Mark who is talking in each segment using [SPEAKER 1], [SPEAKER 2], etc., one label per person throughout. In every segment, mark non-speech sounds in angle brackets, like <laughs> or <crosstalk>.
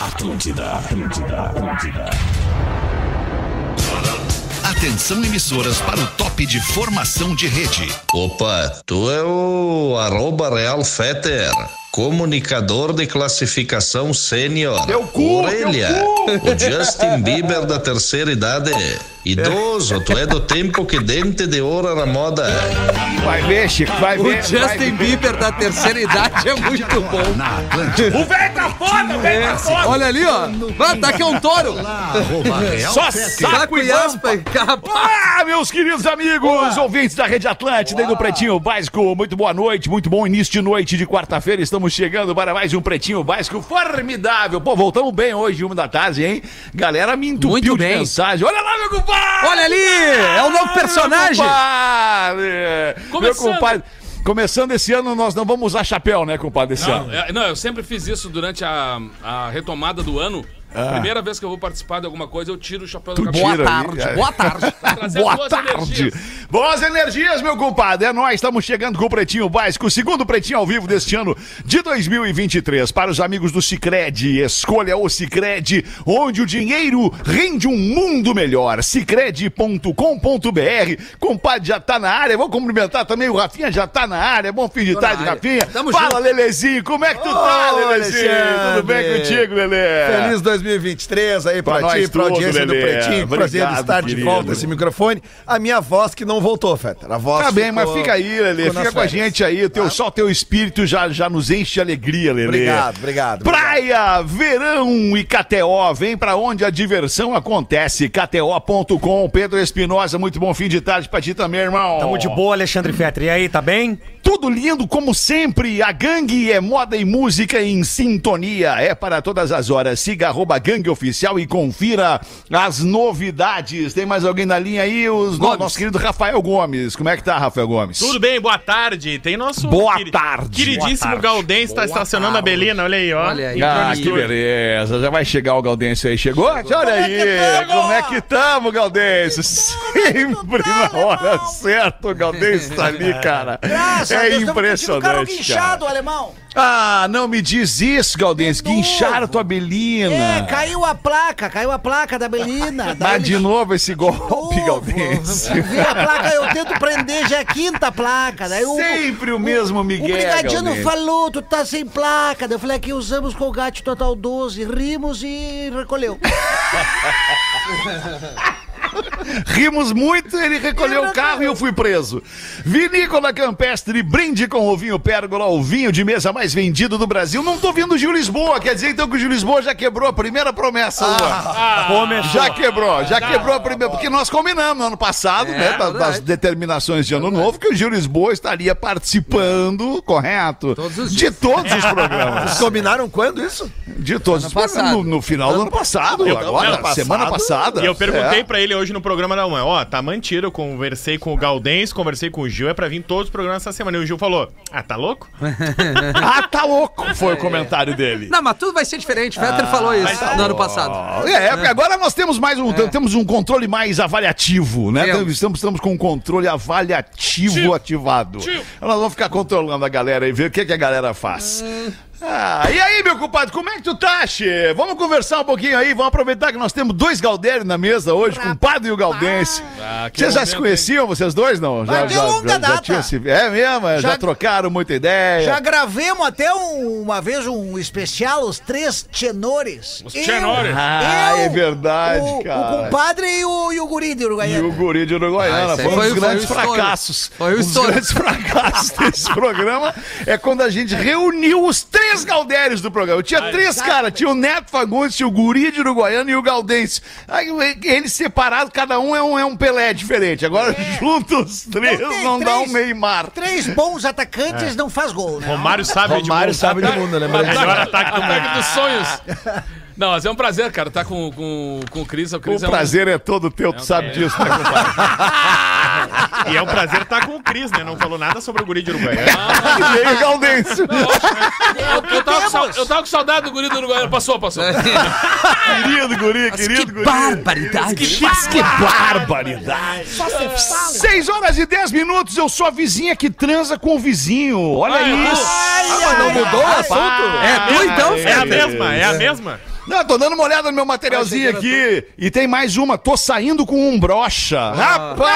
[SPEAKER 1] Atlântida, Atlântida, Atlântida.
[SPEAKER 2] Atenção emissoras para o top de formação de rede.
[SPEAKER 3] Opa, tu é o arroba Real Fetter. Comunicador de classificação sênior.
[SPEAKER 4] Teu cu,
[SPEAKER 3] Orelha.
[SPEAKER 4] teu cu.
[SPEAKER 3] O Justin Bieber da terceira idade. Idoso, tu é do tempo que dente de ouro era moda.
[SPEAKER 4] Vai ver, Chico, vai
[SPEAKER 5] O
[SPEAKER 4] ver. vai
[SPEAKER 5] Justin
[SPEAKER 4] ver.
[SPEAKER 5] Bieber da terceira idade é muito bom.
[SPEAKER 2] Na
[SPEAKER 6] Ah,
[SPEAKER 2] Atlântida.
[SPEAKER 7] O velho tá foda, o velho tá foda.
[SPEAKER 5] Assim, Olha ali, ó. Vai, tá aqui é um touro.
[SPEAKER 2] Arroba Real
[SPEAKER 7] Só
[SPEAKER 2] Fetter.
[SPEAKER 5] Saco e aspa. e capa.
[SPEAKER 4] Ah, meus queridos amigos, ouvintes da Rede Atlântida e do Pretinho Básico, muito boa noite, muito bom início de noite de quarta-feira. Estamos chegando para mais um Pretinho Básico formidável. Pô, voltamos bem hoje, uma da tarde, hein? Galera, me entupiu
[SPEAKER 5] Muito
[SPEAKER 4] de
[SPEAKER 5] bem.
[SPEAKER 4] mensagem. Olha lá, meu compadre!
[SPEAKER 5] Olha ali, é o novo personagem.
[SPEAKER 4] Ah, Meu compadre!
[SPEAKER 7] Começando.
[SPEAKER 4] Meu compadre. Começando esse ano, nós não vamos usar chapéu, né, compadre? Esse
[SPEAKER 7] Não,
[SPEAKER 4] ano.
[SPEAKER 7] é- não, eu sempre fiz isso durante a, a retomada do ano. Primeira vez que eu vou participar de alguma coisa, eu tiro o chapéu do
[SPEAKER 4] Tu
[SPEAKER 7] capitão.
[SPEAKER 5] Boa
[SPEAKER 4] tira ali.
[SPEAKER 5] tarde, boa tarde.
[SPEAKER 4] <laughs>
[SPEAKER 7] Trazer
[SPEAKER 4] Boa
[SPEAKER 7] boas
[SPEAKER 4] tarde.
[SPEAKER 7] energias.
[SPEAKER 4] Boas É. energias, meu compadre. É nós, estamos chegando com o Pretinho Básico, o segundo Pretinho ao vivo deste ano de 2023. Para os amigos do Cicred, escolha o Cicred, onde o dinheiro rende um mundo melhor. Cicred.com.br. Compadre já tá na área. Vou cumprimentar também o Rafinha, já tá na área. Bom fim de
[SPEAKER 5] Tô na
[SPEAKER 4] tarde,
[SPEAKER 5] área.
[SPEAKER 4] Rafinha.
[SPEAKER 5] Tamo
[SPEAKER 4] Fala,
[SPEAKER 5] junto.
[SPEAKER 4] Lelezinho. Como é que tu tá,
[SPEAKER 6] Ô,
[SPEAKER 4] Lelezinho? Tudo bem
[SPEAKER 6] Alexandre.
[SPEAKER 4] contigo, Lele?
[SPEAKER 6] Feliz 2023 aí pra,
[SPEAKER 4] É. Pra
[SPEAKER 6] ti,
[SPEAKER 4] nós
[SPEAKER 6] pra
[SPEAKER 4] tudo,
[SPEAKER 6] audiência do
[SPEAKER 4] Lelê.
[SPEAKER 6] Pretinho. Prazer
[SPEAKER 4] Obrigado,
[SPEAKER 6] de estar de
[SPEAKER 4] querido.
[SPEAKER 6] volta esse microfone. A minha voz que não voltou, Fetter. A voz
[SPEAKER 4] Tá bem,
[SPEAKER 6] ficou-
[SPEAKER 4] mas fica aí, Lelê.
[SPEAKER 6] ficou
[SPEAKER 4] Fica
[SPEAKER 6] nas
[SPEAKER 4] com a
[SPEAKER 6] férias. Tá?
[SPEAKER 4] gente aí. Teu, Só teu espírito já, já nos enche de alegria, Lelê.
[SPEAKER 6] Obrigado, obrigado,
[SPEAKER 4] Praia, verão e KTO. Vem pra onde a diversão acontece. KTO.com. Pedro Espinosa, muito bom fim de tarde pra ti também, irmão.
[SPEAKER 8] Tamo de boa, Alexandre Fetter. E aí, tá bem?
[SPEAKER 4] Tudo lindo como sempre. A gangue é moda e música em sintonia. É para todas as horas. Siga arroba gangue oficial e confira as novidades. Tem mais alguém na linha aí? Os,
[SPEAKER 5] Gomes.
[SPEAKER 4] Nosso querido Rafael Gomes. Como é que tá, Rafael Gomes?
[SPEAKER 9] Tudo bem, boa tarde. Tem nosso
[SPEAKER 4] Boa tarde.
[SPEAKER 9] queridíssimo
[SPEAKER 4] Boa tarde.
[SPEAKER 9] Gaudense tá estacionando a Belina, olha aí, ó.
[SPEAKER 5] Olha aí.
[SPEAKER 4] Ah,
[SPEAKER 5] Improviso.
[SPEAKER 4] que beleza. Já vai chegar o Gaudêncio aí. Chegou? Olha aí. Como é que tamo, Gaudêncio? Sempre na hora certa o Gaudêncio tá ali, cara. É impressionante, cara.
[SPEAKER 10] guinchado, alemão.
[SPEAKER 4] Ah, não me diz isso, Gaudêncio. Guincharam tua
[SPEAKER 10] É,
[SPEAKER 4] belina.
[SPEAKER 10] caiu a placa, caiu a placa da Belina. Da
[SPEAKER 4] Dá de
[SPEAKER 10] Belina.
[SPEAKER 4] novo esse golpe,
[SPEAKER 10] Novo.
[SPEAKER 4] Gaudêncio.
[SPEAKER 10] Vê a placa, eu tento prender, já é a quinta placa. Daí o,
[SPEAKER 4] Sempre o mesmo
[SPEAKER 10] o
[SPEAKER 4] Miguel,
[SPEAKER 10] Brigadiano
[SPEAKER 4] Gaudêncio.
[SPEAKER 10] falou, tu tá sem placa. Daí eu falei, aqui usamos Colgate Total 12, rimos e recolheu.
[SPEAKER 4] Rimos muito, ele recolheu o carro e eu fui preso. Vinícola Campestre, brinde com o vinho Pérgola, o vinho de mesa mais vendido do Brasil. Não tô vindo o Gil Lisboa, quer dizer então que o Gil Lisboa já quebrou a primeira promessa. Luan.
[SPEAKER 8] Começou.
[SPEAKER 4] já quebrou, já quebrou a primeira, porque nós combinamos no ano passado, né, da- das,
[SPEAKER 5] verdade.
[SPEAKER 4] determinações de ano novo, que o Gil Lisboa estaria participando, correto?
[SPEAKER 5] Todos os
[SPEAKER 4] de todos os programas.
[SPEAKER 6] Vocês combinaram quando isso?
[SPEAKER 4] De todos os programas.
[SPEAKER 5] passado.
[SPEAKER 4] No, no final do ano passado, agora,
[SPEAKER 6] ano passado.
[SPEAKER 4] semana passada.
[SPEAKER 9] E eu perguntei
[SPEAKER 4] É.
[SPEAKER 9] pra ele hoje no programa da manhã, ó, tá mantido, eu conversei com o Gaudense, conversei com o Gil, é pra vir em todos os programas essa semana. E o Gil falou, ah, tá louco?
[SPEAKER 4] Ah, tá louco, foi o comentário dele.
[SPEAKER 5] Não, mas tudo vai ser diferente. Fetter falou isso no ano passado.
[SPEAKER 4] É, porque agora nós temos mais um, temos um controle mais avaliativo, né?
[SPEAKER 5] Temos.
[SPEAKER 4] Estamos, estamos com um controle avaliativo ativado. Nós vamos ficar controlando a galera e ver o que, que a galera faz. Ah, e aí, meu compadre, como é que tu tá, Che? Vamos conversar um pouguinho aí, vamos aproveitar que nós temos dois Galderi na mesa hoje, com o padre e o Galdense.
[SPEAKER 7] Ah,
[SPEAKER 4] vocês já se conheciam, vocês dois, não? Já,
[SPEAKER 10] Mas de longa data.
[SPEAKER 4] tinham se... É mesmo? Já,
[SPEAKER 10] Já-
[SPEAKER 4] trocaram muita ideia.
[SPEAKER 10] Já gravemos até um- uma vez um especial, os três tenores. Os
[SPEAKER 7] tenores.
[SPEAKER 4] Ah, é verdade,
[SPEAKER 10] o,
[SPEAKER 4] cara.
[SPEAKER 10] O compadre e o, e o guri de
[SPEAKER 4] E o
[SPEAKER 10] Uruguaiana.
[SPEAKER 4] guri de Uruguaiana.
[SPEAKER 5] Ah, isso
[SPEAKER 4] foi
[SPEAKER 5] aí
[SPEAKER 4] um
[SPEAKER 5] foi-
[SPEAKER 4] dos
[SPEAKER 5] foi
[SPEAKER 4] grandes
[SPEAKER 5] o estouro.
[SPEAKER 4] fracassos.
[SPEAKER 5] Foi o
[SPEAKER 4] um dos
[SPEAKER 5] estouro.
[SPEAKER 4] grandes
[SPEAKER 5] <laughs>
[SPEAKER 4] fracassos desse programa é quando a gente reuniu os três Galdérios do programa. Eu tinha três caras. Tinha o Neto Fagundes, tinha o guri de Uruguaiana e o Galdense. Aí eles separados, cada um é um, é um Pelé diferente. Agora <laughs> juntos os três
[SPEAKER 10] Então tem
[SPEAKER 4] não dá um
[SPEAKER 10] três-
[SPEAKER 4] meio mar.
[SPEAKER 10] Três bons atacantes não faz gol, né?
[SPEAKER 9] Romário sabe
[SPEAKER 6] Romário
[SPEAKER 9] de
[SPEAKER 6] sabe de mundo, né? lembrando.
[SPEAKER 9] melhor ataque do mundo.
[SPEAKER 7] Ataque dos sonhos. Não, mas é um prazer, cara, tá com, com, com o Cris. O
[SPEAKER 4] O
[SPEAKER 7] Cris é um-
[SPEAKER 4] prazer é todo teu, tu sabe disso, né, compadre?
[SPEAKER 9] E é um prazer estar com o Cris, né? Não falou nada sobre o guri de
[SPEAKER 10] <laughs>
[SPEAKER 9] Uruguaiana.
[SPEAKER 4] E nem o Galdense.
[SPEAKER 7] Eu, eu tava com, sau- eu tava com saudade do guri do Uruguai. Passou, passou.
[SPEAKER 5] É.
[SPEAKER 4] Querido guri, querido guri.
[SPEAKER 5] Barbaridade.
[SPEAKER 4] Mas que barbaridade! Só se fala. 6 horas e 10 minutos, eu sou a vizinha que transa com o vizinho. Olha
[SPEAKER 9] Ah, é
[SPEAKER 4] isso!
[SPEAKER 9] tu?
[SPEAKER 4] Ah, mas não mudou o
[SPEAKER 5] É tu então,
[SPEAKER 9] É a
[SPEAKER 5] Fetter?
[SPEAKER 9] mesma, é a mesma.
[SPEAKER 4] Não, tô dando uma olhada no meu materialzinho
[SPEAKER 5] Vai, chegando
[SPEAKER 4] aqui. E tem mais uma. Tô saindo com um brocha. Rapaz!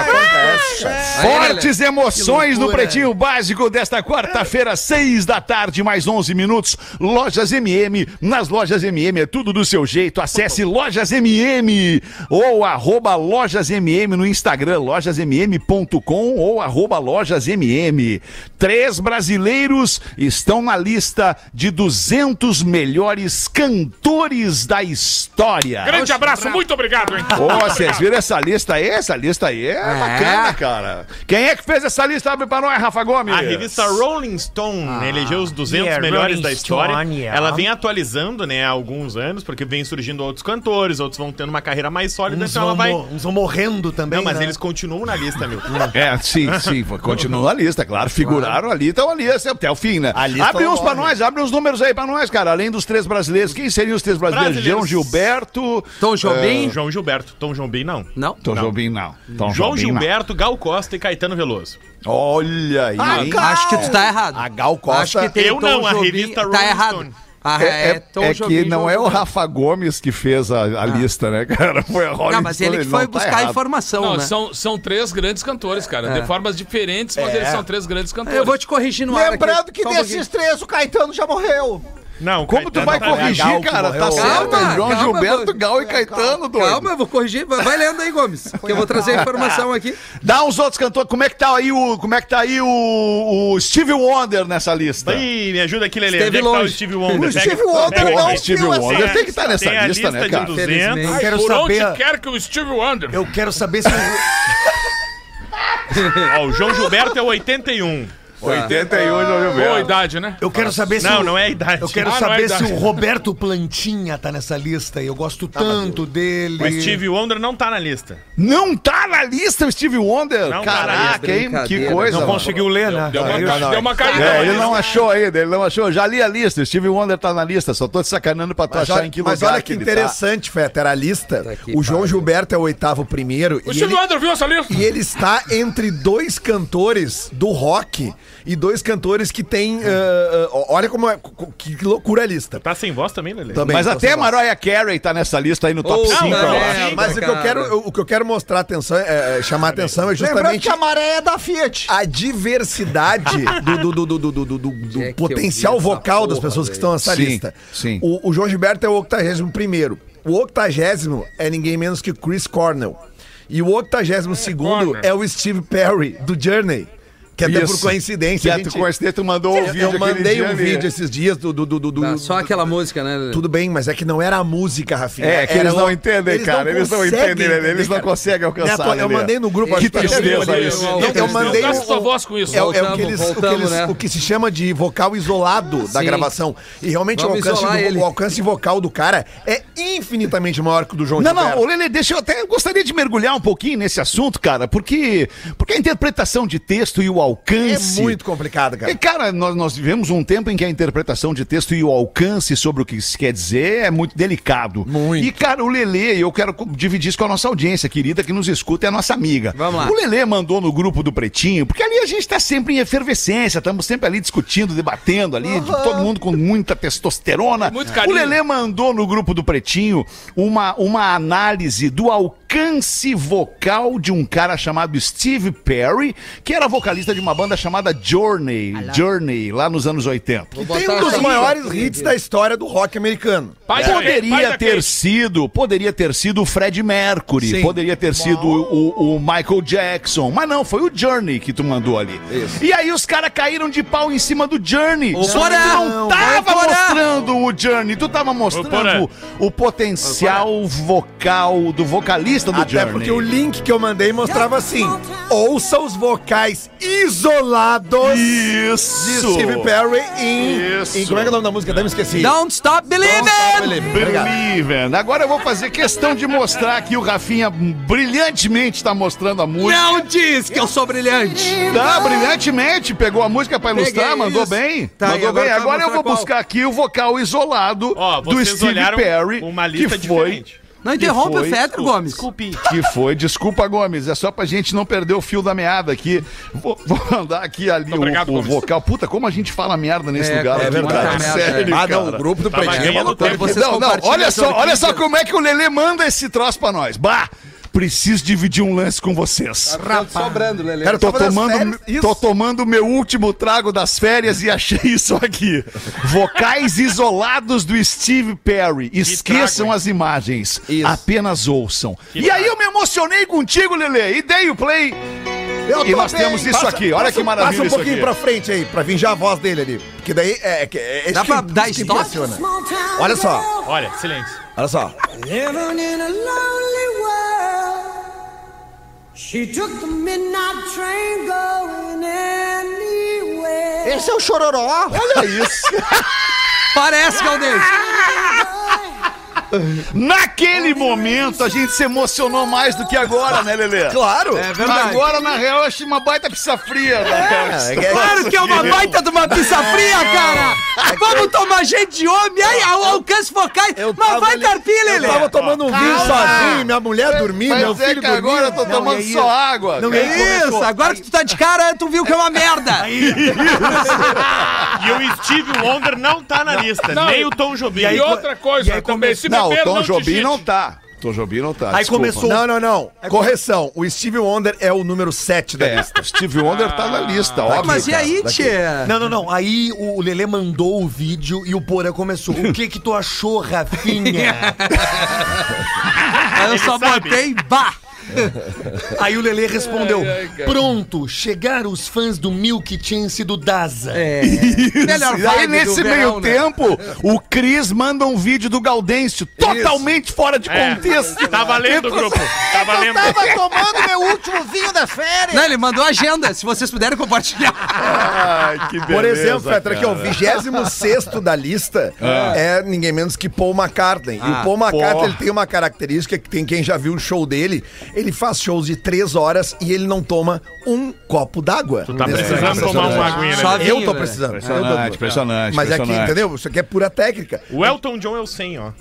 [SPEAKER 6] Acontece, cara.
[SPEAKER 4] Fortes emoções no Pretinho Básico desta quarta-feira, seis da tarde, mais 11 minutos. Lojas MM. Nas lojas MM é tudo do seu jeito. Acesse Lojas MM ou arroba Lojas MM no Instagram, lojasmm.com ou arroba Lojas MM. Três brasileiros estão na lista de 200 melhores cantores da história.
[SPEAKER 7] Grande abraço, muito obrigado, hein?
[SPEAKER 4] Ô, vocês viram essa lista aí? Essa lista aí é, bacana, cara. Quem é que fez essa lista? Abre pra nós, Rafa Gomes.
[SPEAKER 9] A revista Rolling Stone elegeu os 200
[SPEAKER 8] yeah,
[SPEAKER 9] melhores
[SPEAKER 8] Rolling
[SPEAKER 9] da história.
[SPEAKER 8] Stone, yeah.
[SPEAKER 9] Ela vem atualizando, né, há alguns anos, porque vem surgindo outros cantores, outros vão tendo uma carreira mais sólida,
[SPEAKER 6] Uns
[SPEAKER 9] então ela
[SPEAKER 6] vão,
[SPEAKER 9] vai...
[SPEAKER 6] mo- uns vão morrendo também.
[SPEAKER 9] Não, mas
[SPEAKER 6] né?
[SPEAKER 9] eles continuam na lista, meu.
[SPEAKER 4] É, sim, sim. Continua a lista, claro. Figuraram ali, estão ali até o fim, né?
[SPEAKER 6] A lista
[SPEAKER 4] abre
[SPEAKER 5] é
[SPEAKER 4] uns pra
[SPEAKER 6] enorme.
[SPEAKER 4] nós, abre uns números aí pra nós, cara. Além dos três brasileiros, quem seriam os três brasileiros?
[SPEAKER 9] Brasileiros.
[SPEAKER 4] João Gilberto. eh,
[SPEAKER 5] Tom Jobim?
[SPEAKER 9] João Gilberto. Tom Jobim, não.
[SPEAKER 5] Não.
[SPEAKER 4] Tom Jobim, não. Tom
[SPEAKER 9] João
[SPEAKER 4] Jobim, não.
[SPEAKER 9] Gilberto, Gal Costa e Caetano Veloso.
[SPEAKER 4] Olha aí. hein?
[SPEAKER 5] Acho que tu tá errado.
[SPEAKER 6] A Gal Costa-
[SPEAKER 5] Acho que tem
[SPEAKER 9] Eu
[SPEAKER 5] Tom
[SPEAKER 9] não, a
[SPEAKER 5] Jobim-
[SPEAKER 9] revista
[SPEAKER 5] Tá
[SPEAKER 9] Rolling
[SPEAKER 5] errado.
[SPEAKER 9] Stone.
[SPEAKER 5] Ah,
[SPEAKER 4] É, é- é
[SPEAKER 5] Tom
[SPEAKER 4] que
[SPEAKER 5] Jobim,
[SPEAKER 4] não
[SPEAKER 5] João
[SPEAKER 4] é o
[SPEAKER 5] Gilberto. Ah.
[SPEAKER 4] Rafa Gomes que fez a, a lista, né, cara? <laughs> Foi a Rolling
[SPEAKER 5] Não, mas ele que
[SPEAKER 4] Stone,
[SPEAKER 5] foi
[SPEAKER 4] não tá
[SPEAKER 5] buscar
[SPEAKER 4] errado.
[SPEAKER 5] informação,
[SPEAKER 7] Não,
[SPEAKER 5] né?
[SPEAKER 7] são, são três grandes cantores, cara.
[SPEAKER 5] É.
[SPEAKER 7] De formas diferentes, mas eles são três grandes cantores.
[SPEAKER 5] Eu vou te corrigir no ar
[SPEAKER 10] Lembrando
[SPEAKER 5] aqui.
[SPEAKER 10] que
[SPEAKER 5] Só um
[SPEAKER 10] desses três, o Caetano já morreu.
[SPEAKER 9] Não,
[SPEAKER 4] Como tu
[SPEAKER 9] Caetano
[SPEAKER 4] vai
[SPEAKER 9] tá na
[SPEAKER 4] corrigir,
[SPEAKER 9] Gal.
[SPEAKER 4] cara? Tá
[SPEAKER 5] pouquinho.
[SPEAKER 4] certo?
[SPEAKER 5] Calma,
[SPEAKER 4] João
[SPEAKER 5] calma,
[SPEAKER 4] Gilberto,
[SPEAKER 5] vou-
[SPEAKER 4] Gal e Caetano, doido.
[SPEAKER 5] Calma, eu vou corrigir. Vai vai lendo aí, Gomes, que eu vou trazer a informação aqui.
[SPEAKER 4] Dá uns outros cantores. Como é que tá aí o, como é que tá aí o, o Steve Wonder nessa lista?
[SPEAKER 9] Ih, me ajuda aqui, Lelê. Onde
[SPEAKER 5] Esteve
[SPEAKER 9] é que tá o
[SPEAKER 5] longe.
[SPEAKER 9] Steve Wonder?
[SPEAKER 4] O
[SPEAKER 9] Pega-
[SPEAKER 10] Steve Wonder
[SPEAKER 9] pega
[SPEAKER 10] não
[SPEAKER 9] aí.
[SPEAKER 4] Steve
[SPEAKER 10] viu essa
[SPEAKER 4] Wonder tem que estar nessa
[SPEAKER 9] Tem a
[SPEAKER 4] lista, né, cara?
[SPEAKER 9] de 200.
[SPEAKER 8] Eu quero
[SPEAKER 7] Por onde
[SPEAKER 8] saber.
[SPEAKER 7] quer que o Steve Wonder.
[SPEAKER 6] Eu quero saber se.
[SPEAKER 9] Ó, o João Gilberto é o 81.
[SPEAKER 4] 81 João
[SPEAKER 7] Boa idade, né?
[SPEAKER 6] Eu quero saber se.
[SPEAKER 9] Não,
[SPEAKER 6] o-
[SPEAKER 9] não é a idade.
[SPEAKER 6] Eu quero
[SPEAKER 7] Ah, não é
[SPEAKER 6] saber
[SPEAKER 7] a
[SPEAKER 6] se
[SPEAKER 7] idade.
[SPEAKER 6] o Roberto Plantinha tá nessa lista. Eu gosto tanto dele.
[SPEAKER 9] O Steve Wonder não tá na lista.
[SPEAKER 4] Não tá na lista o Steve Wonder.
[SPEAKER 9] Não tá na
[SPEAKER 4] Caraca,
[SPEAKER 9] lista,
[SPEAKER 4] hein? Que
[SPEAKER 5] brincadeira.
[SPEAKER 4] coisa.
[SPEAKER 8] Não
[SPEAKER 4] mano.
[SPEAKER 8] conseguiu ler, né?
[SPEAKER 7] Deu uma, deu uma caída.
[SPEAKER 4] É,
[SPEAKER 7] mas
[SPEAKER 4] ele não achou ainda, ele não achou. Já li a lista, o Steve Wonder tá na lista, só tô te sacanando pra tu
[SPEAKER 6] Mas,
[SPEAKER 4] achar
[SPEAKER 6] olha-
[SPEAKER 4] em que lugar
[SPEAKER 6] mas olha que
[SPEAKER 4] ele tá.
[SPEAKER 6] interessante, Fetter, a lista.
[SPEAKER 5] Tá que
[SPEAKER 6] o João
[SPEAKER 5] pariu.
[SPEAKER 6] Gilberto é o oitavo primeiro.
[SPEAKER 7] O
[SPEAKER 6] e
[SPEAKER 7] Steve
[SPEAKER 6] ele,
[SPEAKER 7] Wonder viu essa lista?
[SPEAKER 6] e ele está entre dois cantores do rock e dois cantores que tem. ah, ah, olha como é. Que loucura a lista. então
[SPEAKER 9] Tá sem voz também, Lelê?
[SPEAKER 6] Também,
[SPEAKER 4] Mas
[SPEAKER 6] tô
[SPEAKER 4] até
[SPEAKER 6] sem voz.
[SPEAKER 4] Mariah Carey tá nessa lista aí no top
[SPEAKER 5] Ô,
[SPEAKER 4] 5.
[SPEAKER 5] não,
[SPEAKER 4] eu
[SPEAKER 5] é,
[SPEAKER 4] acho.
[SPEAKER 5] Eita,
[SPEAKER 6] Mas o que eu
[SPEAKER 5] cara.
[SPEAKER 6] quero, o que eu quero mostrar atenção, é, é, chamar atenção é
[SPEAKER 10] Lembrando
[SPEAKER 6] justamente
[SPEAKER 10] que a maré é da Fiat.
[SPEAKER 6] a diversidade
[SPEAKER 5] <laughs>
[SPEAKER 6] do, do- do- do- do- do- do- do
[SPEAKER 5] é que eu
[SPEAKER 6] potencial
[SPEAKER 5] vi essa
[SPEAKER 6] vocal das
[SPEAKER 5] porra,
[SPEAKER 6] pessoas que
[SPEAKER 5] velho?
[SPEAKER 6] estão nessa
[SPEAKER 4] Sim,
[SPEAKER 6] lista.
[SPEAKER 4] sim.
[SPEAKER 6] O, o João Gilberto é o 81 primeiro. O 80 é ninguém menos que Chris Cornell. E o 82 segundo é o Steve Perry, do Journey. Que até por
[SPEAKER 4] Isso.
[SPEAKER 6] coincidência. a
[SPEAKER 4] Certo,
[SPEAKER 6] gente-
[SPEAKER 4] com esse tu mandou um
[SPEAKER 6] eu,
[SPEAKER 4] vídeo
[SPEAKER 6] eu
[SPEAKER 4] aquele
[SPEAKER 6] mandei
[SPEAKER 4] dia
[SPEAKER 6] um
[SPEAKER 4] ali.
[SPEAKER 6] vídeo esses dias do. do, do, do- do-
[SPEAKER 5] Tá, só aquela música, né? Lelê?
[SPEAKER 6] Tudo bem, mas é que não era a música, Rafinha.
[SPEAKER 4] É, que
[SPEAKER 6] Era
[SPEAKER 4] eles não
[SPEAKER 6] o-
[SPEAKER 4] entendem, cara. Eles não
[SPEAKER 6] conseguem
[SPEAKER 4] entendem, né? Eles não
[SPEAKER 6] cara.
[SPEAKER 4] conseguem alcançar,
[SPEAKER 6] Né, pô, Eu
[SPEAKER 4] né,
[SPEAKER 6] mandei no grupo
[SPEAKER 5] Que
[SPEAKER 6] acho que tá
[SPEAKER 4] tristeza
[SPEAKER 6] chegando ali.
[SPEAKER 4] isso.
[SPEAKER 6] Eu, eu
[SPEAKER 7] Não
[SPEAKER 6] mandei
[SPEAKER 7] gasta
[SPEAKER 6] um-
[SPEAKER 7] sua voz com isso.
[SPEAKER 6] É, é o, que
[SPEAKER 5] Voltamos,
[SPEAKER 6] eles, o que
[SPEAKER 5] voltamos,
[SPEAKER 6] eles-
[SPEAKER 5] né?
[SPEAKER 6] o que se chama de vocal isolado da
[SPEAKER 5] Sim.
[SPEAKER 6] gravação. E realmente o
[SPEAKER 5] Vamos
[SPEAKER 6] alcance,
[SPEAKER 5] isolar
[SPEAKER 6] do-
[SPEAKER 5] ele.
[SPEAKER 6] o alcance vocal do cara é infinitamente maior que o do João
[SPEAKER 4] Não,
[SPEAKER 6] Gilberto.
[SPEAKER 4] não, ô, Lelê, deixa eu até. Eu gostaria de mergulhar um pouquinho nesse assunto, cara, porque, porque a interpretação de texto e
[SPEAKER 6] É
[SPEAKER 4] o alcance.
[SPEAKER 6] muito complicado, cara.
[SPEAKER 4] E, cara, nós, nós vivemos um tempo em que a interpretação de texto e o alcance sobre o que se quer dizer é muito delicado.
[SPEAKER 6] Muito.
[SPEAKER 4] E, cara, o Lelê, eu quero co- dividir isso com a nossa audiência querida que nos escuta, é a nossa amiga.
[SPEAKER 5] Vamos lá.
[SPEAKER 4] O Lelê mandou no grupo do Pretinho, porque ali a gente tá sempre em efervescência, estamos sempre ali discutindo, debatendo ali, todo mundo com muita testosterona.
[SPEAKER 7] Muito carinho.
[SPEAKER 4] O Lelê mandou no grupo do Pretinho uma, uma análise do alcance vocal de um cara chamado Steve Perry, que era vocalista de uma banda chamada Journey, Journey, lá nos anos 80.
[SPEAKER 5] Vou
[SPEAKER 6] Tem
[SPEAKER 5] botar
[SPEAKER 6] um dos
[SPEAKER 5] essa-
[SPEAKER 6] maiores hits da história do rock americano.
[SPEAKER 7] Pai da- pai
[SPEAKER 4] É. Poderia
[SPEAKER 7] da
[SPEAKER 4] ter
[SPEAKER 7] Kate.
[SPEAKER 4] sido, poderia ter sido o Fred Mercury,
[SPEAKER 6] Sim.
[SPEAKER 4] poderia ter sido o, o Michael Jackson, mas não, foi o Journey que tu mandou ali. E aí os caras caíram de pau em cima do Journey.
[SPEAKER 5] Ô,
[SPEAKER 4] Só que
[SPEAKER 5] Porã!
[SPEAKER 4] tu não
[SPEAKER 5] Não,
[SPEAKER 4] tava
[SPEAKER 5] ô, Porã!
[SPEAKER 4] mostrando o Journey, tu tava mostrando
[SPEAKER 9] Porã.
[SPEAKER 4] o potencial vocal do vocalista do
[SPEAKER 6] Até
[SPEAKER 4] Journey.
[SPEAKER 6] porque o link que eu mandei mostrava assim: ouça os vocais isolados de
[SPEAKER 4] Isso!
[SPEAKER 6] Steve Perry em,
[SPEAKER 4] Isso.
[SPEAKER 6] em- Como é que é o nome da música? Até me esqueci. tá,
[SPEAKER 5] Don't stop believing!
[SPEAKER 6] Obrigado.
[SPEAKER 4] Believer. Agora eu vou fazer questão de mostrar que o Rafinha brilhantemente tá mostrando a música.
[SPEAKER 5] Não diz que eu sou brilhante!
[SPEAKER 4] Tá, brilhantemente. Pegou a música pra ilustrar,
[SPEAKER 5] Peguei
[SPEAKER 4] mandou
[SPEAKER 5] isso.
[SPEAKER 4] bem.
[SPEAKER 5] Tá, e
[SPEAKER 4] mandou bem.
[SPEAKER 5] agora tu vai
[SPEAKER 4] Agora eu
[SPEAKER 5] mostrar
[SPEAKER 4] vou
[SPEAKER 5] qual?
[SPEAKER 4] buscar aqui o vocal isolado
[SPEAKER 9] Ó,
[SPEAKER 4] do
[SPEAKER 9] vocês
[SPEAKER 4] Steve
[SPEAKER 9] olharam
[SPEAKER 4] Perry.
[SPEAKER 9] uma lista
[SPEAKER 4] que foi
[SPEAKER 9] diferente.
[SPEAKER 5] Não interrompe o
[SPEAKER 4] foi-
[SPEAKER 5] Fetter, Gomes.
[SPEAKER 8] Desculpe.
[SPEAKER 4] que foi. Desculpa, Gomes, é só pra gente não perder o fio da meada aqui. Vou, vou mandar aqui ali o,
[SPEAKER 7] Obrigado,
[SPEAKER 4] o
[SPEAKER 7] Gomes.
[SPEAKER 4] vocal. Puta, como a gente fala merda nesse
[SPEAKER 5] É,
[SPEAKER 4] lugar. Tá
[SPEAKER 5] é
[SPEAKER 4] aqui,
[SPEAKER 5] verdade,
[SPEAKER 4] cara.
[SPEAKER 5] merda,
[SPEAKER 4] Sério,
[SPEAKER 5] é.
[SPEAKER 6] Ah, não, o
[SPEAKER 4] cara.
[SPEAKER 6] grupo do
[SPEAKER 9] Tava
[SPEAKER 6] Pretinho.
[SPEAKER 9] ganhando
[SPEAKER 5] Quando
[SPEAKER 9] tempo.
[SPEAKER 5] vocês
[SPEAKER 4] não, não,
[SPEAKER 5] compartilham
[SPEAKER 4] olha só,
[SPEAKER 5] sobre
[SPEAKER 4] olha só
[SPEAKER 5] Twitter-
[SPEAKER 4] como é que o Lelê manda esse troço pra nós. Bah, preciso dividir um lance com vocês.
[SPEAKER 5] Rapaz. Sobrando, Lelê.
[SPEAKER 4] Tô
[SPEAKER 6] tava nas
[SPEAKER 4] tomando,
[SPEAKER 6] férias, isso.
[SPEAKER 4] tô tomando meu último trago das férias e achei <laughs> isso aqui. Vocais isolados do Steve Perry. Esqueçam
[SPEAKER 9] trago, hein?
[SPEAKER 4] as imagens.
[SPEAKER 5] Isso.
[SPEAKER 4] Apenas ouçam. e aí eu me emocionei contigo, Lelê, e dei o play.
[SPEAKER 6] Eu
[SPEAKER 4] E
[SPEAKER 6] tô
[SPEAKER 4] nós temos isso aqui, olha que maravilha
[SPEAKER 6] Passa um
[SPEAKER 4] isso
[SPEAKER 6] pouquinho
[SPEAKER 4] aqui.
[SPEAKER 6] pra frente aí, pra vingar a voz dele ali. Porque daí é. é, é, é
[SPEAKER 5] Dá
[SPEAKER 6] isso
[SPEAKER 5] pra dar
[SPEAKER 6] isso
[SPEAKER 5] stop?
[SPEAKER 6] impressiona. Olha só,
[SPEAKER 9] Olha, silêncio.
[SPEAKER 6] olha só.
[SPEAKER 11] Living in a lonely world. She took the midnight train going anywhere.
[SPEAKER 10] Esse é o chororó.
[SPEAKER 4] Olha isso.
[SPEAKER 5] Parece, Galdês.
[SPEAKER 4] <laughs> Naquele momento a gente se emocionou mais do que agora, né, Lelê?
[SPEAKER 6] Claro!
[SPEAKER 5] É verdade.
[SPEAKER 4] Agora, na real, eu achei uma baita pizza fria. né?
[SPEAKER 6] É, é-
[SPEAKER 5] Claro que é uma baita de uma pizza fria, cara! Vamos tomar gente de homem, aí ao alcance focais.
[SPEAKER 6] eu
[SPEAKER 5] Mas
[SPEAKER 6] tava
[SPEAKER 5] vai
[SPEAKER 6] ali-
[SPEAKER 5] carpir,
[SPEAKER 6] Eu
[SPEAKER 5] Lelê!
[SPEAKER 6] tava tomando um vinho sozinho, minha mulher dormindo, meu
[SPEAKER 4] Mas é
[SPEAKER 6] filho
[SPEAKER 4] que agora eu tô
[SPEAKER 6] dormindo.
[SPEAKER 4] tomando só água.
[SPEAKER 6] Não, e
[SPEAKER 4] cara.
[SPEAKER 6] aí começou.
[SPEAKER 5] Isso, agora que tu tá de cara, tu viu que é uma merda!
[SPEAKER 9] E o Steve Wonder não tá na lista,
[SPEAKER 7] Não,
[SPEAKER 9] nem o Tom Jobim. É.
[SPEAKER 7] E outra coisa também, se
[SPEAKER 4] Não, o
[SPEAKER 7] beber,
[SPEAKER 4] Tom
[SPEAKER 7] te
[SPEAKER 4] Jobim
[SPEAKER 7] digite.
[SPEAKER 4] não tá. Tom Jobim não tá.
[SPEAKER 8] Aí começou.
[SPEAKER 6] Não, não, não. Correção. O Steve Wonder é o número 7 da
[SPEAKER 4] É,
[SPEAKER 6] lista.
[SPEAKER 4] Steve Wonder tá
[SPEAKER 6] Ah.
[SPEAKER 4] na lista, óbvio.
[SPEAKER 5] Mas e
[SPEAKER 6] Tá
[SPEAKER 5] aí, tchê?
[SPEAKER 11] Não, não, não. Aí o Lelê mandou o vídeo e o Porã começou. O que que tu achou,
[SPEAKER 8] <laughs>
[SPEAKER 11] Rafinha?
[SPEAKER 5] Aí eu só
[SPEAKER 9] sabe.
[SPEAKER 5] botei, bah!
[SPEAKER 11] <laughs> Aí o Lelê respondeu: Pronto, chegaram os fãs do Milk Chance e do Daza.
[SPEAKER 5] É, melhor
[SPEAKER 4] E aí,
[SPEAKER 5] vibe do
[SPEAKER 4] nesse meio
[SPEAKER 5] verão, né?
[SPEAKER 4] tempo, o Cris manda um vídeo do Gaudêncio totalmente fora de
[SPEAKER 9] É. <laughs>
[SPEAKER 4] contexto.
[SPEAKER 9] Tá valendo, grupo. Tá valendo.
[SPEAKER 6] <laughs>
[SPEAKER 10] Tava tomando meu último vinho das férias.
[SPEAKER 5] Não, ele mandou agenda, se vocês puderem compartilhar.
[SPEAKER 4] Ai, que
[SPEAKER 6] Por exemplo, Fetra, aqui, ó, o 26 da lista é ninguém menos que Paul McCartney. e o Paul McCartney ele tem uma característica que tem quem já viu o show dele: ele faz shows de três horas e ele não toma um copo d'água. Tu
[SPEAKER 9] Tá precisando tomar uma aguinha, né?
[SPEAKER 5] Só
[SPEAKER 6] Eu
[SPEAKER 5] vinho,
[SPEAKER 6] tô
[SPEAKER 5] né?
[SPEAKER 6] precisando. só eu tô-
[SPEAKER 4] Impressionante, impressionante.
[SPEAKER 6] Mas é que,
[SPEAKER 4] impressionante.
[SPEAKER 6] entendeu? Isso aqui é pura técnica.
[SPEAKER 9] O Elton John é o 100, ó.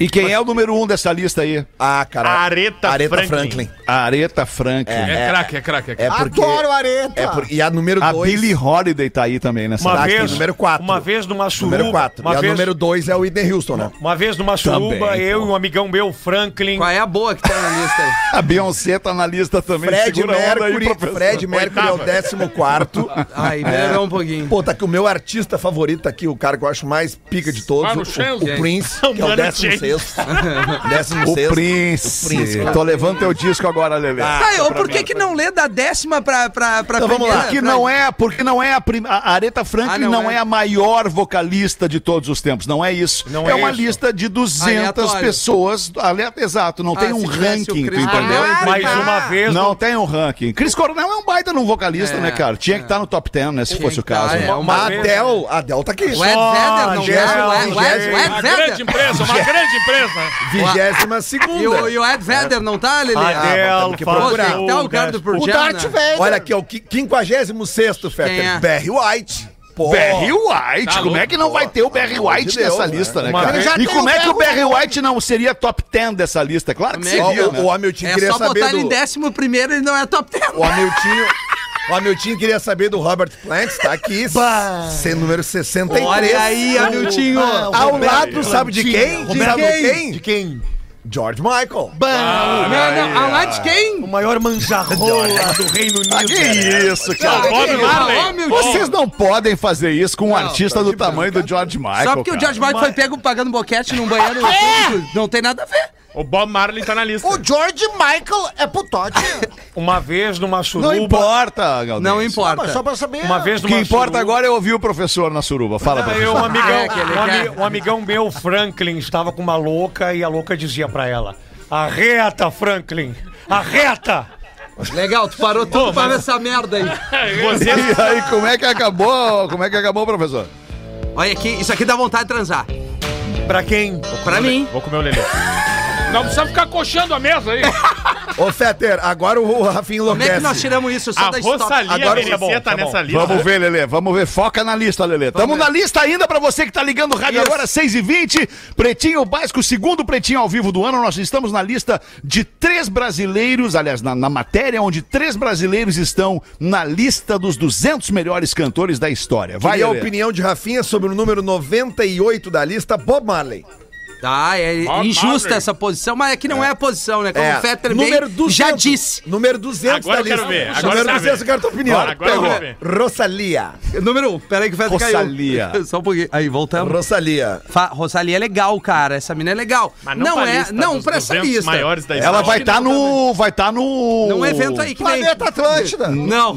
[SPEAKER 4] E quem é o número um dessa lista aí?
[SPEAKER 6] Ah, cara.
[SPEAKER 9] Aretha Franklin.
[SPEAKER 4] Areta Franklin.
[SPEAKER 7] É craque, é craque, é
[SPEAKER 6] É
[SPEAKER 7] craque.
[SPEAKER 6] porque,
[SPEAKER 10] Adoro areta.
[SPEAKER 6] é por- e a número
[SPEAKER 4] A
[SPEAKER 6] 2.
[SPEAKER 4] Billie Holiday tá aí também nessa
[SPEAKER 6] Tá,
[SPEAKER 8] Uma
[SPEAKER 4] lista.
[SPEAKER 6] que tem
[SPEAKER 8] vez,
[SPEAKER 6] número quatro.
[SPEAKER 8] uma vez numa suruba,
[SPEAKER 6] Número 4. E
[SPEAKER 8] uma
[SPEAKER 6] a
[SPEAKER 8] vez,
[SPEAKER 6] número 2 é o Whitney Houston, né?
[SPEAKER 8] uma vez numa suruba,
[SPEAKER 4] Também,
[SPEAKER 8] eu e um amigão meu, Franklin,
[SPEAKER 5] <laughs> Qual é a boa que tá na lista aí?
[SPEAKER 4] A Beyoncé tá na lista também.
[SPEAKER 6] Fred
[SPEAKER 4] Segura a onda aí,
[SPEAKER 6] Mercury,
[SPEAKER 4] professor.
[SPEAKER 6] Fred Mercury é o
[SPEAKER 9] Oitava.
[SPEAKER 6] 14 quarto.
[SPEAKER 5] Aí, melhorou um pouquinho.
[SPEAKER 6] Pô, tá aqui o meu artista favorito tá aqui, o cara que eu acho mais pica de todos,
[SPEAKER 7] Mano
[SPEAKER 6] o,
[SPEAKER 7] Chenzo.
[SPEAKER 6] o Prince, que é o
[SPEAKER 9] Mano
[SPEAKER 6] 16
[SPEAKER 4] O
[SPEAKER 6] 16
[SPEAKER 4] Prince.
[SPEAKER 6] Prince, cara.
[SPEAKER 4] Tô levando teu disco agora, Lelê.
[SPEAKER 5] Tá, eu, por que que não lê da décima pra, pra, pra
[SPEAKER 6] Então vamos lá,
[SPEAKER 5] primeira?
[SPEAKER 4] Porque
[SPEAKER 5] Pra-
[SPEAKER 4] não é, porque não é a, prim... a Aretha Franklin
[SPEAKER 5] Ah, não
[SPEAKER 4] não, é.
[SPEAKER 5] é.
[SPEAKER 4] a maior vocalista de todos os tempos, não é isso.
[SPEAKER 9] Não
[SPEAKER 4] é,
[SPEAKER 9] é
[SPEAKER 4] uma
[SPEAKER 9] isso.
[SPEAKER 4] lista de 200
[SPEAKER 5] Aleatório.
[SPEAKER 4] pessoas, ale- exato, não
[SPEAKER 5] Ah,
[SPEAKER 4] tem
[SPEAKER 5] se
[SPEAKER 4] um
[SPEAKER 5] tivesse o
[SPEAKER 4] ranking, tu
[SPEAKER 5] Chris
[SPEAKER 4] entendeu?
[SPEAKER 5] Cornell,
[SPEAKER 8] mais uma vez...
[SPEAKER 4] Não tem um ranking. Chris Cornell é um baita num vocalista,
[SPEAKER 5] É,
[SPEAKER 4] né, cara? Tinha que estar no top 10, né, se
[SPEAKER 5] Tinha
[SPEAKER 4] fosse o
[SPEAKER 5] que tá,
[SPEAKER 4] caso.
[SPEAKER 5] é, uma-
[SPEAKER 6] A Adele, a Adele tá aqui.
[SPEAKER 5] O Ed Vedder não
[SPEAKER 6] Jéssica,
[SPEAKER 5] lê? O
[SPEAKER 6] Jéssica.
[SPEAKER 5] Ed- o
[SPEAKER 7] Uma
[SPEAKER 5] Ed
[SPEAKER 7] grande
[SPEAKER 5] Vedder?
[SPEAKER 7] empresa, uma grande empresa.
[SPEAKER 6] Vigésima
[SPEAKER 5] E o,
[SPEAKER 6] segunda.
[SPEAKER 5] e o Ed Vedder não tá, Lelê?
[SPEAKER 6] Adele,
[SPEAKER 5] Ah, mas temos que procurar. Pô, tem que tá o cara do
[SPEAKER 10] O
[SPEAKER 5] Pearl Jam,
[SPEAKER 10] Darth
[SPEAKER 5] né?
[SPEAKER 10] Vader.
[SPEAKER 6] Olha aqui, é o 56º,
[SPEAKER 5] Quem
[SPEAKER 6] Fetter,
[SPEAKER 5] é?
[SPEAKER 6] Barry White. Pô.
[SPEAKER 4] Barry White,
[SPEAKER 7] Tá
[SPEAKER 4] como
[SPEAKER 7] louco.
[SPEAKER 4] é que não vai ter o Barry White
[SPEAKER 6] de Deus,
[SPEAKER 4] nessa
[SPEAKER 6] né?
[SPEAKER 4] lista, né,
[SPEAKER 9] Uma
[SPEAKER 4] cara?
[SPEAKER 9] vez-
[SPEAKER 10] Já
[SPEAKER 4] E
[SPEAKER 10] tem
[SPEAKER 4] como
[SPEAKER 10] o
[SPEAKER 4] é que o Barry
[SPEAKER 10] Barry
[SPEAKER 4] White não seria top 10 dessa lista? Claro que
[SPEAKER 5] Também.
[SPEAKER 4] seria,
[SPEAKER 6] Ó,
[SPEAKER 4] né?
[SPEAKER 6] o, o Hamilton
[SPEAKER 5] É
[SPEAKER 6] queria
[SPEAKER 5] só botar
[SPEAKER 6] saber
[SPEAKER 5] ele em
[SPEAKER 6] do...
[SPEAKER 5] décimo primeiro, ele não é top 10.
[SPEAKER 6] O Hamiltinho... O Hamiltinho queria saber do Robert Plant, tá aqui, sendo número 63.
[SPEAKER 5] Olha aí, Hamiltinho.
[SPEAKER 6] Ao lado, sabe de quem? De,
[SPEAKER 5] Roberto-
[SPEAKER 6] sabe quem?
[SPEAKER 11] De quem?
[SPEAKER 6] George Michael.
[SPEAKER 5] Não, não, ao lado de quem?
[SPEAKER 11] O maior manjarrola do Reino Unido.
[SPEAKER 4] Ah, que
[SPEAKER 5] é
[SPEAKER 4] isso,
[SPEAKER 6] Tá
[SPEAKER 4] cara?
[SPEAKER 5] Não,
[SPEAKER 9] Bob
[SPEAKER 5] quem?
[SPEAKER 9] Marley.
[SPEAKER 5] Ah, Hamilton.
[SPEAKER 4] Vocês não podem fazer isso com um
[SPEAKER 5] tá
[SPEAKER 4] artista do tamanho do George Michael.
[SPEAKER 5] Só porque o
[SPEAKER 4] cara.
[SPEAKER 5] George Michael foi pego pagando boquete num banheiro público, não tem nada a ver.
[SPEAKER 9] O Bob Marley tá na lista.
[SPEAKER 10] O George Michael é putote.
[SPEAKER 11] <laughs>
[SPEAKER 8] Uma vez numa
[SPEAKER 4] Não
[SPEAKER 8] suruba...
[SPEAKER 4] importa, Galdês.
[SPEAKER 5] Não
[SPEAKER 10] Mas
[SPEAKER 5] importa.
[SPEAKER 10] só pra saber.
[SPEAKER 8] Uma vez
[SPEAKER 4] O
[SPEAKER 8] numa
[SPEAKER 4] que importa
[SPEAKER 8] suruba-
[SPEAKER 4] agora é ouvir o professor na suruba. Fala,
[SPEAKER 8] Aí um
[SPEAKER 4] professor.
[SPEAKER 8] amigão,
[SPEAKER 5] Ah, é, que ele
[SPEAKER 8] um, ami-
[SPEAKER 5] quer.
[SPEAKER 8] um amigão meu, Franklin, estava com uma louca e a louca dizia pra ela: "Arreta, Franklin, arreta".
[SPEAKER 5] Legal, tu parou tudo pra ver essa merda aí.
[SPEAKER 9] Você
[SPEAKER 4] <laughs> E aí, como é que acabou? Como é que acabou, professor?
[SPEAKER 5] Olha aqui, isso aqui dá vontade de transar.
[SPEAKER 8] Pra quem?
[SPEAKER 5] Pra mim.
[SPEAKER 9] Vou comer o Lelê.
[SPEAKER 7] Não precisa ficar coxando a mesa aí.
[SPEAKER 6] Ô, Fetter, agora o Rafinho
[SPEAKER 5] Como
[SPEAKER 6] enlouquece.
[SPEAKER 5] é que nós tiramos isso? Só da Stock.
[SPEAKER 6] Agora-
[SPEAKER 9] merecia tá nessa lista.
[SPEAKER 4] Vamos ver, Lelê, vamos ver. Foca na lista, Lelê. Tamo na lista ainda pra você que tá ligando o rádio agora, 6h20. Pretinho Básico, segundo Pretinho ao vivo do ano. Nós estamos na lista de três brasileiros, aliás, na, na matéria, onde três brasileiros estão na lista dos 200 melhores cantores da história. Vai,
[SPEAKER 6] Vai a
[SPEAKER 4] Lelê.
[SPEAKER 6] opinião de Rafinha sobre o número 98 da lista, Bob Marley.
[SPEAKER 5] Tá, é
[SPEAKER 6] Bob
[SPEAKER 5] injusta
[SPEAKER 6] Marley.
[SPEAKER 5] essa posição, mas é que não é, a posição, né? Como
[SPEAKER 6] É,
[SPEAKER 5] o Fetter
[SPEAKER 6] número
[SPEAKER 5] bem
[SPEAKER 6] 200,
[SPEAKER 5] já disse.
[SPEAKER 6] Número 200
[SPEAKER 9] Agora eu
[SPEAKER 6] da lista.
[SPEAKER 9] quero ver, agora eu
[SPEAKER 6] número
[SPEAKER 9] quero
[SPEAKER 6] 200,
[SPEAKER 9] ver.
[SPEAKER 6] eu quero tua opinião.
[SPEAKER 9] Agora- agora eu
[SPEAKER 6] Pegou.
[SPEAKER 9] quero ver.
[SPEAKER 6] Rosalia.
[SPEAKER 5] Número 1, um, peraí que o Fetter caiu.
[SPEAKER 4] Rosalia.
[SPEAKER 5] <laughs> Só um pouquinho. Aí, voltamos.
[SPEAKER 6] Rosalia.
[SPEAKER 5] Fa- Rosalia é legal, cara. Essa mina é legal.
[SPEAKER 9] Mas
[SPEAKER 5] não
[SPEAKER 9] não pra
[SPEAKER 5] é,
[SPEAKER 9] lista
[SPEAKER 5] não
[SPEAKER 9] dos
[SPEAKER 5] pra essa
[SPEAKER 9] 200
[SPEAKER 5] lista.
[SPEAKER 9] maiores da
[SPEAKER 4] Ela
[SPEAKER 9] história.
[SPEAKER 4] vai estar no. Vai estar no.
[SPEAKER 5] Num né? é evento aí que nem.
[SPEAKER 6] Planeta Atlântida.
[SPEAKER 5] Não.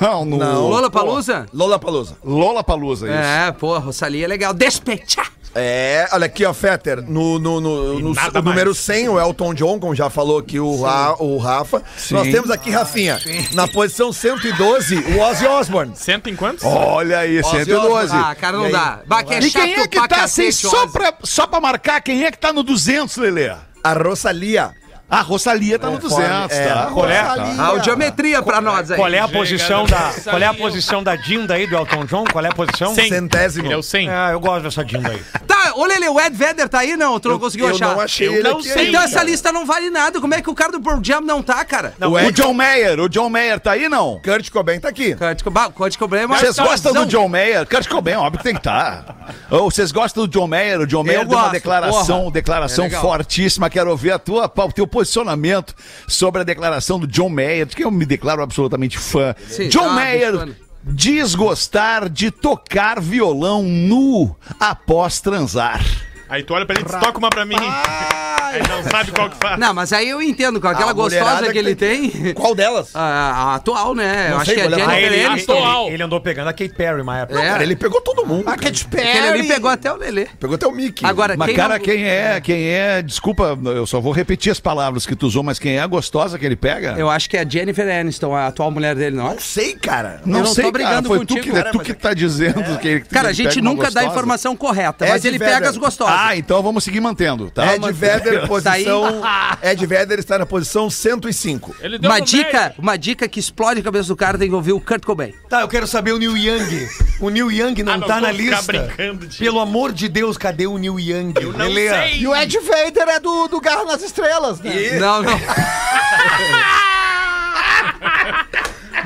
[SPEAKER 4] Não, no.
[SPEAKER 5] Lola Palusa?
[SPEAKER 6] Lola Palusa.
[SPEAKER 4] Lola Palusa, isso.
[SPEAKER 5] É, pô, Rosalia é legal. Despecha!
[SPEAKER 6] É, olha aqui, ó, Fetter, no, no, no, no-
[SPEAKER 9] nada
[SPEAKER 6] o número
[SPEAKER 9] mais.
[SPEAKER 6] 100, o Elton John, como já falou aqui o, Ra- o Rafa. Nós temos aqui, Rafinha, na posição 112, o Ozzy Osbourne.
[SPEAKER 9] Cento em quantos?
[SPEAKER 4] É. Olha aí, 112.
[SPEAKER 5] Ah, cara, não
[SPEAKER 6] E aí?
[SPEAKER 5] dá. Bah, que é
[SPEAKER 4] E
[SPEAKER 5] chato
[SPEAKER 4] quem é que
[SPEAKER 5] pra
[SPEAKER 4] tá assim,
[SPEAKER 5] cacete,
[SPEAKER 4] só
[SPEAKER 5] Ozzy.
[SPEAKER 4] pra, só pra marcar, quem é que tá no 200, Lelê?
[SPEAKER 6] A Rosalia.
[SPEAKER 4] A Rosalia tá no 200,
[SPEAKER 6] é,
[SPEAKER 4] tá?
[SPEAKER 8] Qual é?
[SPEAKER 5] A audiometria pra nós aí.
[SPEAKER 8] Qual é a posição
[SPEAKER 7] Chega
[SPEAKER 8] da.
[SPEAKER 7] dessa
[SPEAKER 8] Qual é a
[SPEAKER 7] linha.
[SPEAKER 8] posição da Dinda aí do Elton John? Qual é a posição?
[SPEAKER 9] Cem.
[SPEAKER 6] Centésimo.
[SPEAKER 9] Ele é o 100.
[SPEAKER 8] É, eu gosto dessa Dinda aí.
[SPEAKER 5] Tá, ô Lele, o Ed Vedder tá aí? Não, tu não conseguiu
[SPEAKER 6] Eu
[SPEAKER 5] achar.
[SPEAKER 6] não achei
[SPEAKER 9] Eu
[SPEAKER 6] ele
[SPEAKER 9] não
[SPEAKER 6] aqui
[SPEAKER 9] sei.
[SPEAKER 6] ainda.
[SPEAKER 5] Então essa lista não vale nada. Como é que o cara do Pearl Jam não tá, cara?
[SPEAKER 4] o, John Mayer, o John Mayer tá aí, não?
[SPEAKER 6] Kurt Cobain tá aqui.
[SPEAKER 5] Kurt Cobain- Kurt Cobain é uma
[SPEAKER 4] Vocês gostam do
[SPEAKER 5] razão.
[SPEAKER 4] John Mayer? Kurt Cobain, óbvio que tem que
[SPEAKER 5] <laughs>
[SPEAKER 4] estar. Ou vocês gostam do John Mayer? O John Mayer deu uma
[SPEAKER 5] gosto,
[SPEAKER 4] declaração,
[SPEAKER 5] porra.
[SPEAKER 4] declaração
[SPEAKER 5] É legal.
[SPEAKER 4] fortíssima. Quero ouvir a tua, pa- o teu posicionamento sobre a declaração do John Mayer, de quem eu me declaro absolutamente fã.
[SPEAKER 5] Sim,
[SPEAKER 4] John
[SPEAKER 5] tá,
[SPEAKER 4] Mayer
[SPEAKER 5] bifana.
[SPEAKER 4] diz gostar de tocar violão nu após transar.
[SPEAKER 9] Aí tu olha pra ele e diz, toca uma pra mim. Aí não sabe qual que faz.
[SPEAKER 5] Não, mas aí eu entendo, com aquela
[SPEAKER 6] A mulherada
[SPEAKER 5] gostosa que,
[SPEAKER 6] que
[SPEAKER 5] ele
[SPEAKER 6] tem-
[SPEAKER 5] tem. <laughs>
[SPEAKER 6] Qual delas?
[SPEAKER 5] A, a atual, né? eu acho
[SPEAKER 6] sei
[SPEAKER 5] que é
[SPEAKER 6] qual é a
[SPEAKER 8] Aí
[SPEAKER 5] Jennifer
[SPEAKER 8] ele,
[SPEAKER 5] Aniston.
[SPEAKER 8] ele, ele andou pegando a Kate Perry, uma época.
[SPEAKER 5] É. Ah,
[SPEAKER 6] Cara, ele pegou todo mundo.
[SPEAKER 5] A Katy Perry. É Ele pegou até o Lelê.
[SPEAKER 6] Pegou até o Mickey.
[SPEAKER 5] Agora,
[SPEAKER 4] Mas,
[SPEAKER 5] quem
[SPEAKER 4] cara,
[SPEAKER 5] não-
[SPEAKER 4] quem é, quem é, desculpa, eu só vou repetir as palavras que tu usou, mas quem é a gostosa que ele pega?
[SPEAKER 5] Eu acho que é a Jennifer Aniston, a atual mulher dele, não é?
[SPEAKER 6] não sei, cara.
[SPEAKER 4] não,
[SPEAKER 5] eu não
[SPEAKER 4] sei,
[SPEAKER 5] tô
[SPEAKER 4] cara,
[SPEAKER 5] brigando
[SPEAKER 4] foi tu
[SPEAKER 5] contigo,
[SPEAKER 4] que,
[SPEAKER 5] cara,
[SPEAKER 4] tu
[SPEAKER 5] mas- é
[SPEAKER 4] que tá dizendo que ele
[SPEAKER 5] Cara, a
[SPEAKER 4] ele pega
[SPEAKER 5] gente
[SPEAKER 4] uma
[SPEAKER 5] nunca dá a
[SPEAKER 4] gostosa.
[SPEAKER 5] informação correta,
[SPEAKER 6] É
[SPEAKER 5] mas
[SPEAKER 6] de
[SPEAKER 5] ele
[SPEAKER 6] Vedder.
[SPEAKER 5] pega as gostosas.
[SPEAKER 4] Ah, então vamos seguir mantendo,
[SPEAKER 5] É
[SPEAKER 4] tá?
[SPEAKER 6] Ed Vedder,
[SPEAKER 5] Tá aí.
[SPEAKER 6] posição.
[SPEAKER 5] <laughs>
[SPEAKER 6] Ed Vedder está na posição 105.
[SPEAKER 9] Ele deu
[SPEAKER 5] uma
[SPEAKER 9] no
[SPEAKER 5] dica, uma dica que explode a cabeça do cara tem que ouvir o Kurt Cobain.
[SPEAKER 11] Tá, eu quero saber o Neil Young. O Neil Young não
[SPEAKER 9] Ah, não
[SPEAKER 11] tá
[SPEAKER 9] vou
[SPEAKER 11] na
[SPEAKER 9] ficar
[SPEAKER 11] lista.
[SPEAKER 9] brincando de-
[SPEAKER 11] Pelo amor de Deus, cadê o Neil Young? Eu
[SPEAKER 9] Não sei.
[SPEAKER 10] E o Ed Vader é do, do Garra nas Estrelas, né?
[SPEAKER 5] Não, não.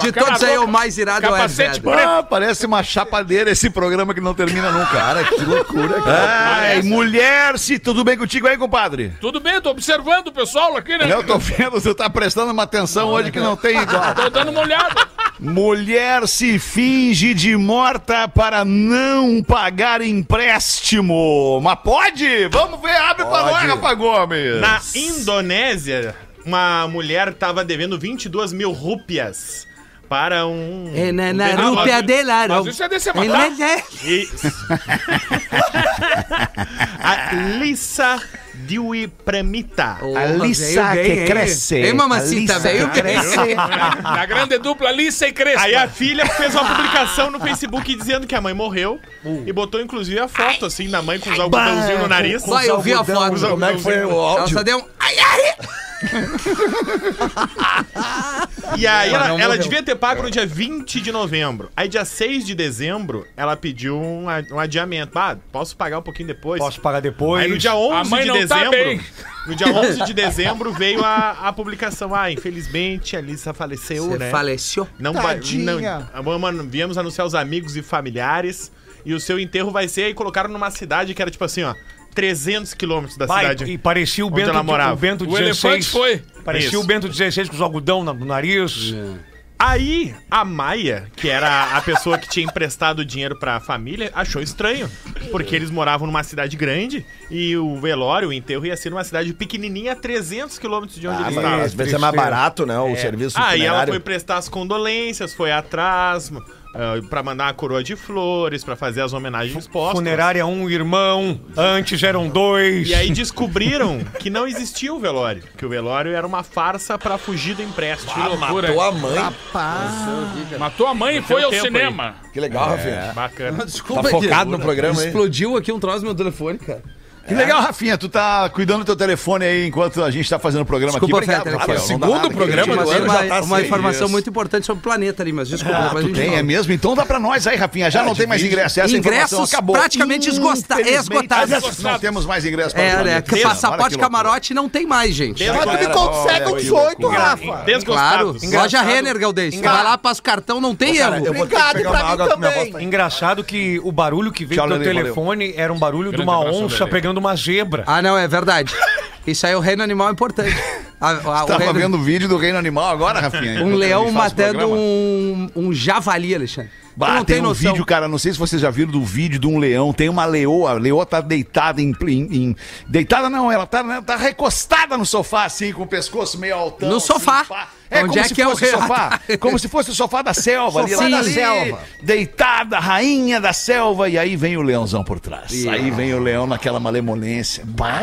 [SPEAKER 5] De todos aí,
[SPEAKER 7] um
[SPEAKER 5] o
[SPEAKER 7] <laughs>
[SPEAKER 5] mais irado é o Ed
[SPEAKER 9] Capacete
[SPEAKER 5] Vedder.
[SPEAKER 4] Ah, parece uma chapadeira esse programa que não termina nunca. Cara, que loucura, cara. Ai, mulher, se tudo bem contigo aí, compadre?
[SPEAKER 7] Tudo bem, eu tô observando o pessoal aqui, né?
[SPEAKER 4] Eu tô vendo, você tá prestando uma atenção hoje que não tem igual.
[SPEAKER 7] Tô dando uma olhada.
[SPEAKER 4] Mulher se finge de morta para não pagar empréstimo. Mas pode? Vamos ver, abre para nós, Rafa Gomes.
[SPEAKER 9] Na Indonésia, uma mulher tava devendo 22 mil rúpias para um...
[SPEAKER 5] É na, na
[SPEAKER 9] um-
[SPEAKER 5] rúpia de Larão.
[SPEAKER 7] Mas isso é desse
[SPEAKER 5] Ele
[SPEAKER 7] matar.
[SPEAKER 5] é-
[SPEAKER 9] Isso. A Lissa Dewey Premita.
[SPEAKER 5] Porra, veio bem, hein? Hein, mamacita, veio bem.
[SPEAKER 7] Na grande dupla Lissa e Crespa.
[SPEAKER 9] Aí a filha fez uma publicação no Facebook dizendo que a mãe morreu
[SPEAKER 5] Uh.
[SPEAKER 9] e botou inclusive a foto assim da mãe com os algodãozinhos no nariz.
[SPEAKER 5] Só eu vi a foto.
[SPEAKER 6] Como é que foi o
[SPEAKER 5] Ela
[SPEAKER 6] áudio?
[SPEAKER 5] só deu um... Ai, ai.
[SPEAKER 9] E aí
[SPEAKER 5] Ela
[SPEAKER 9] ela,
[SPEAKER 5] não
[SPEAKER 9] ela
[SPEAKER 5] morreu.
[SPEAKER 9] devia ter pago no dia 20 de novembro. Aí dia 6 de dezembro ela pediu um, a- um adiamento. Ah, posso pagar um pouquinho depois?
[SPEAKER 8] Posso pagar depois.
[SPEAKER 9] Aí no dia
[SPEAKER 7] A
[SPEAKER 9] 11
[SPEAKER 7] mãe
[SPEAKER 9] de
[SPEAKER 7] não tá bem.
[SPEAKER 9] dezembro, no dia 11 de dezembro veio a, a publicação. Ah, infelizmente a Lisa faleceu,
[SPEAKER 5] Você
[SPEAKER 9] né?
[SPEAKER 5] faleceu.
[SPEAKER 9] Não vai.
[SPEAKER 10] Tadinha.
[SPEAKER 9] Não, mano, viemos anunciar os amigos e familiares. E o seu enterro vai ser. Aí colocaram numa cidade que era tipo assim, ó. 300 quilômetros da
[SPEAKER 8] Vai,
[SPEAKER 9] cidade.
[SPEAKER 8] e parecia o
[SPEAKER 9] onde
[SPEAKER 8] Bento,
[SPEAKER 9] ela morava.
[SPEAKER 8] o Bento
[SPEAKER 7] O
[SPEAKER 8] 16.
[SPEAKER 7] elefante foi.
[SPEAKER 8] Parecia
[SPEAKER 9] Isso.
[SPEAKER 8] o Bento 16 com os algodão na- no nariz.
[SPEAKER 5] É.
[SPEAKER 9] Aí a Maia, que era a pessoa que tinha emprestado o dinheiro pra família, achou estranho. Porque eles moravam numa cidade grande. E o velório, o enterro, ia ser numa cidade pequenininha, a 300 quilômetros de onde
[SPEAKER 11] Ah,
[SPEAKER 9] eles estavam.
[SPEAKER 6] Às vezes é mais barato, né? O serviço
[SPEAKER 9] Aí Ah, ela
[SPEAKER 6] funerário.
[SPEAKER 9] foi prestar as condolências, foi atrás. ah, pra mandar a coroa de flores, pra fazer as homenagens postas.
[SPEAKER 8] Funerária
[SPEAKER 11] é
[SPEAKER 8] um irmão, antes eram dois.
[SPEAKER 9] E aí descobriram que não existia o velório, que o velório era uma farsa pra fugir do empréstimo.
[SPEAKER 7] Loucura, hein?
[SPEAKER 6] Tua Ah, mãe.
[SPEAKER 7] Matou a mãe e foi ao
[SPEAKER 9] tempo
[SPEAKER 7] cinema.
[SPEAKER 11] É.
[SPEAKER 6] Que legal, Rafinha.
[SPEAKER 9] Bacana.
[SPEAKER 5] Desculpa,
[SPEAKER 6] Tá focado
[SPEAKER 5] Diego.
[SPEAKER 6] no programa, hein?
[SPEAKER 5] Explodiu aqui um troço no meu telefone, cara.
[SPEAKER 4] Que legal, Rafinha, tu tá cuidando do teu telefone aí enquanto a gente tá fazendo o programa
[SPEAKER 5] Desculpa,
[SPEAKER 4] aqui.
[SPEAKER 5] Fetter,
[SPEAKER 4] Rafael,
[SPEAKER 5] Rafael,
[SPEAKER 4] não dá
[SPEAKER 5] segundo
[SPEAKER 4] nada,
[SPEAKER 5] programa
[SPEAKER 4] querido.
[SPEAKER 5] do ano já tá sem isso.
[SPEAKER 4] importante sobre o planeta ali, mas
[SPEAKER 5] desculpa,
[SPEAKER 4] Ah,
[SPEAKER 5] depois a
[SPEAKER 4] tu
[SPEAKER 5] gente
[SPEAKER 4] tem,
[SPEAKER 5] fala.
[SPEAKER 4] é mesmo? Então dá pra nós aí, Rafinha. Já
[SPEAKER 5] É,
[SPEAKER 4] não tem mais
[SPEAKER 5] divide.
[SPEAKER 4] ingresso. Essa informação
[SPEAKER 5] Ingressos
[SPEAKER 4] acabou.
[SPEAKER 5] praticamente esgosta-
[SPEAKER 4] Infelizmente,
[SPEAKER 5] esgotados.
[SPEAKER 4] mas é Não temos mais ingresso para o
[SPEAKER 5] É, né?
[SPEAKER 4] planeta.
[SPEAKER 5] Que
[SPEAKER 4] Olha
[SPEAKER 5] passaporte
[SPEAKER 4] que loucura.
[SPEAKER 5] camarote não tem mais, gente.
[SPEAKER 4] Mas tu me consegue uns oito, Rafa.
[SPEAKER 8] Engraçado.
[SPEAKER 5] Claro. Loja Renner, Galdês. Você
[SPEAKER 8] Engra-
[SPEAKER 5] vai lá, passa o cartão, não tem erro.
[SPEAKER 8] Engraçado que o barulho que veio
[SPEAKER 5] Tchau,
[SPEAKER 8] do teu
[SPEAKER 5] Lelê, valeu.
[SPEAKER 8] telefone era um barulho de uma
[SPEAKER 5] abraço,
[SPEAKER 8] onça
[SPEAKER 5] Lelê.
[SPEAKER 8] pegando uma zebra.
[SPEAKER 5] Ah, não, é verdade. Isso aí é o reino animal é importante. A, a- o
[SPEAKER 4] Tava
[SPEAKER 5] reino-
[SPEAKER 4] vendo o Tá vídeo do reino animal agora, Rafinha.
[SPEAKER 5] Um leão matando um, um javali, Alexandre. Tu
[SPEAKER 4] Bah,
[SPEAKER 5] não
[SPEAKER 4] tem,
[SPEAKER 5] tem
[SPEAKER 4] um
[SPEAKER 5] noção.
[SPEAKER 4] vídeo, cara, não sei se vocês já viram do vídeo de um leão, tem uma leoa, a leoa tá deitada em, em- em- Deitada não, ela tá, né, tá recostada no sofá, assim, com o pescoço meio altão.
[SPEAKER 5] No
[SPEAKER 4] assim,
[SPEAKER 5] sofá.
[SPEAKER 4] pá. É,
[SPEAKER 5] Onde
[SPEAKER 4] como
[SPEAKER 5] é
[SPEAKER 4] se
[SPEAKER 5] que é o
[SPEAKER 4] fosse
[SPEAKER 5] real?
[SPEAKER 4] sofá. <laughs> Como se fosse o sofá da selva. ali,
[SPEAKER 5] Sofá
[SPEAKER 4] ela tá
[SPEAKER 5] da
[SPEAKER 4] ali,
[SPEAKER 5] selva.
[SPEAKER 4] Deitada, rainha da selva, e aí vem o leãozão por trás.
[SPEAKER 5] Ih.
[SPEAKER 4] Aí vem o leão naquela malemolência. Bah,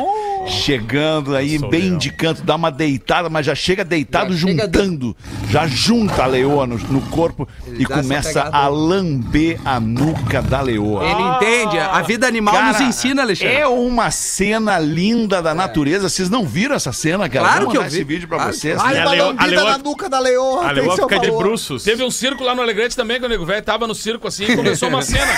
[SPEAKER 4] Chegando aí, bem de canto, dá uma deitada, mas já chega deitado juntando. Já junta a leoa no, no corpo e
[SPEAKER 5] dá essa
[SPEAKER 4] começa
[SPEAKER 5] pegada.
[SPEAKER 4] a lamber a nuca da leoa.
[SPEAKER 5] Ele entende. A vida animal
[SPEAKER 4] Cara,
[SPEAKER 5] nos ensina, Alexandre. É.
[SPEAKER 4] É uma cena linda da natureza. Vocês não viram essa cena, cara?
[SPEAKER 5] Claro
[SPEAKER 4] Vou
[SPEAKER 5] que eu
[SPEAKER 4] mandar
[SPEAKER 5] vi.
[SPEAKER 4] esse vídeo pra
[SPEAKER 5] Claro.
[SPEAKER 4] vocês.
[SPEAKER 7] Ai,
[SPEAKER 4] É,
[SPEAKER 7] uma lambida
[SPEAKER 4] leoa-
[SPEAKER 7] na
[SPEAKER 11] nuca da leoa.
[SPEAKER 9] Ah,
[SPEAKER 4] tem seu valor.
[SPEAKER 7] Teve um circo lá no Alegrete também, que o nego velho tava no circo assim e começou uma cena.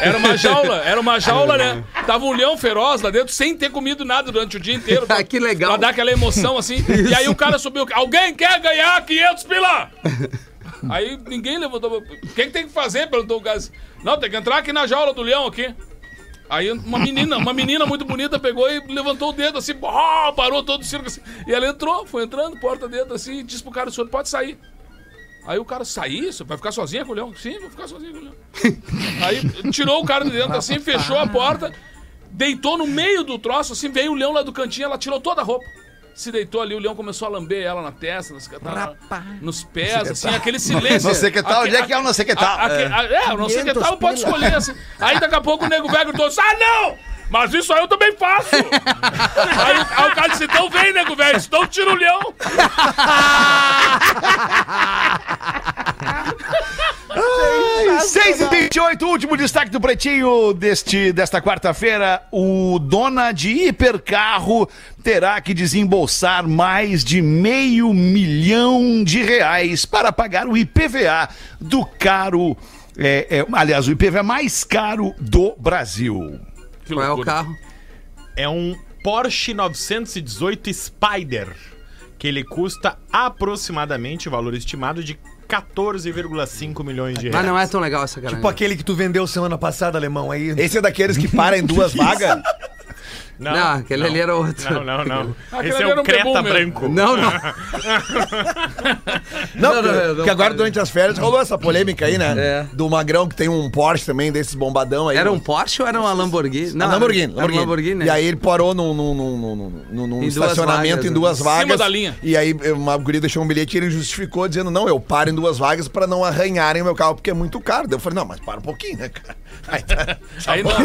[SPEAKER 7] Era uma jaula, era uma jaula, né? Tava um leão feroz lá dentro, sem ter comido nada durante o dia inteiro. Pra,
[SPEAKER 5] Ah, que legal.
[SPEAKER 7] Pra dar aquela emoção assim. E aí o cara subiu. Alguém quer ganhar 500 pila? Aí ninguém levantou. O que, que tem que fazer? Perguntou o Gás. Não, tem que entrar aqui na jaula do leão aqui. Aí uma menina, uma menina muito bonita pegou e levantou o dedo assim, ó, parou todo o circo assim. E ela entrou, foi entrando, porta dentro assim, e disse pro cara, o senhor pode sair. Aí o cara, sair? Você vai ficar sozinha com o leão? Sim, vou ficar sozinha com o leão. <laughs> Aí tirou o cara de dentro assim, fechou a porta, deitou no meio do troço assim, veio o leão lá do cantinho, ela tirou toda a roupa. Se deitou ali, o leão começou a lamber ela na testa, nas, na- nos pés, assim, aquele silêncio.
[SPEAKER 4] Não sei tá- que tal, onde é que é o não sei que tal?
[SPEAKER 7] A- aque- a- é, o não sei que
[SPEAKER 4] 500
[SPEAKER 7] tal pode
[SPEAKER 4] pila.
[SPEAKER 7] escolher, assim. Aí daqui a pouco o nego velho gritou assim, ah, não! Mas isso aí eu também faço! aí, aí o cara disse, então vem, nego velho, senão eu tiro o leão!
[SPEAKER 4] Ai, 6 e 28 último destaque do Pretinho deste, desta quarta-feira. O dona de hipercarro terá que desembolsar mais de meio milhão de reais para pagar o IPVA do caro. é, é, aliás, o IPVA mais caro do Brasil.
[SPEAKER 7] Qual é o carro?
[SPEAKER 9] É um Porsche 918 Spider, que ele custa aproximadamente, valor estimado, de 14,5 milhões de reais.
[SPEAKER 5] Mas não é tão legal essa cara.
[SPEAKER 9] Tipo
[SPEAKER 5] aquele que tu vendeu semana passada, alemão, aí.
[SPEAKER 9] Esse é daqueles que para em
[SPEAKER 11] <laughs>
[SPEAKER 6] duas vagas?
[SPEAKER 5] Não, aquele ali era
[SPEAKER 9] Não,
[SPEAKER 5] outro.
[SPEAKER 9] não, não.
[SPEAKER 5] <laughs> Aquele
[SPEAKER 9] Esse
[SPEAKER 5] ali
[SPEAKER 9] é
[SPEAKER 5] era
[SPEAKER 9] o
[SPEAKER 5] um
[SPEAKER 9] Creta
[SPEAKER 5] bebum mesmo.
[SPEAKER 9] Branco.
[SPEAKER 5] Não, não.
[SPEAKER 6] Não,
[SPEAKER 5] Não,
[SPEAKER 6] porque
[SPEAKER 5] não, não, não,
[SPEAKER 6] agora
[SPEAKER 5] não.
[SPEAKER 6] durante as férias rolou essa polêmica aí, né? Do Magrão que tem um Porsche também, desses bombadão aí.
[SPEAKER 5] Era um Porsche ou era uma Lamborghini?
[SPEAKER 6] Não, Lamborghini,
[SPEAKER 5] Era um
[SPEAKER 6] Lamborghini.
[SPEAKER 5] Lamborghini.
[SPEAKER 6] E aí ele parou num, num- num- num- num- num
[SPEAKER 5] Em duas
[SPEAKER 6] estacionamento
[SPEAKER 5] vagas,
[SPEAKER 6] em
[SPEAKER 5] né?
[SPEAKER 6] duas
[SPEAKER 5] Em cima
[SPEAKER 6] vagas.
[SPEAKER 5] da linha.
[SPEAKER 6] E aí uma guria deixou um bilhete e ele justificou dizendo, não, eu paro em duas vagas pra não arranharem o meu carro, porque é muito caro. Daí eu falei, não, mas para um pouquinho, né, cara? Aí tá-
[SPEAKER 7] Aí, não. Ah,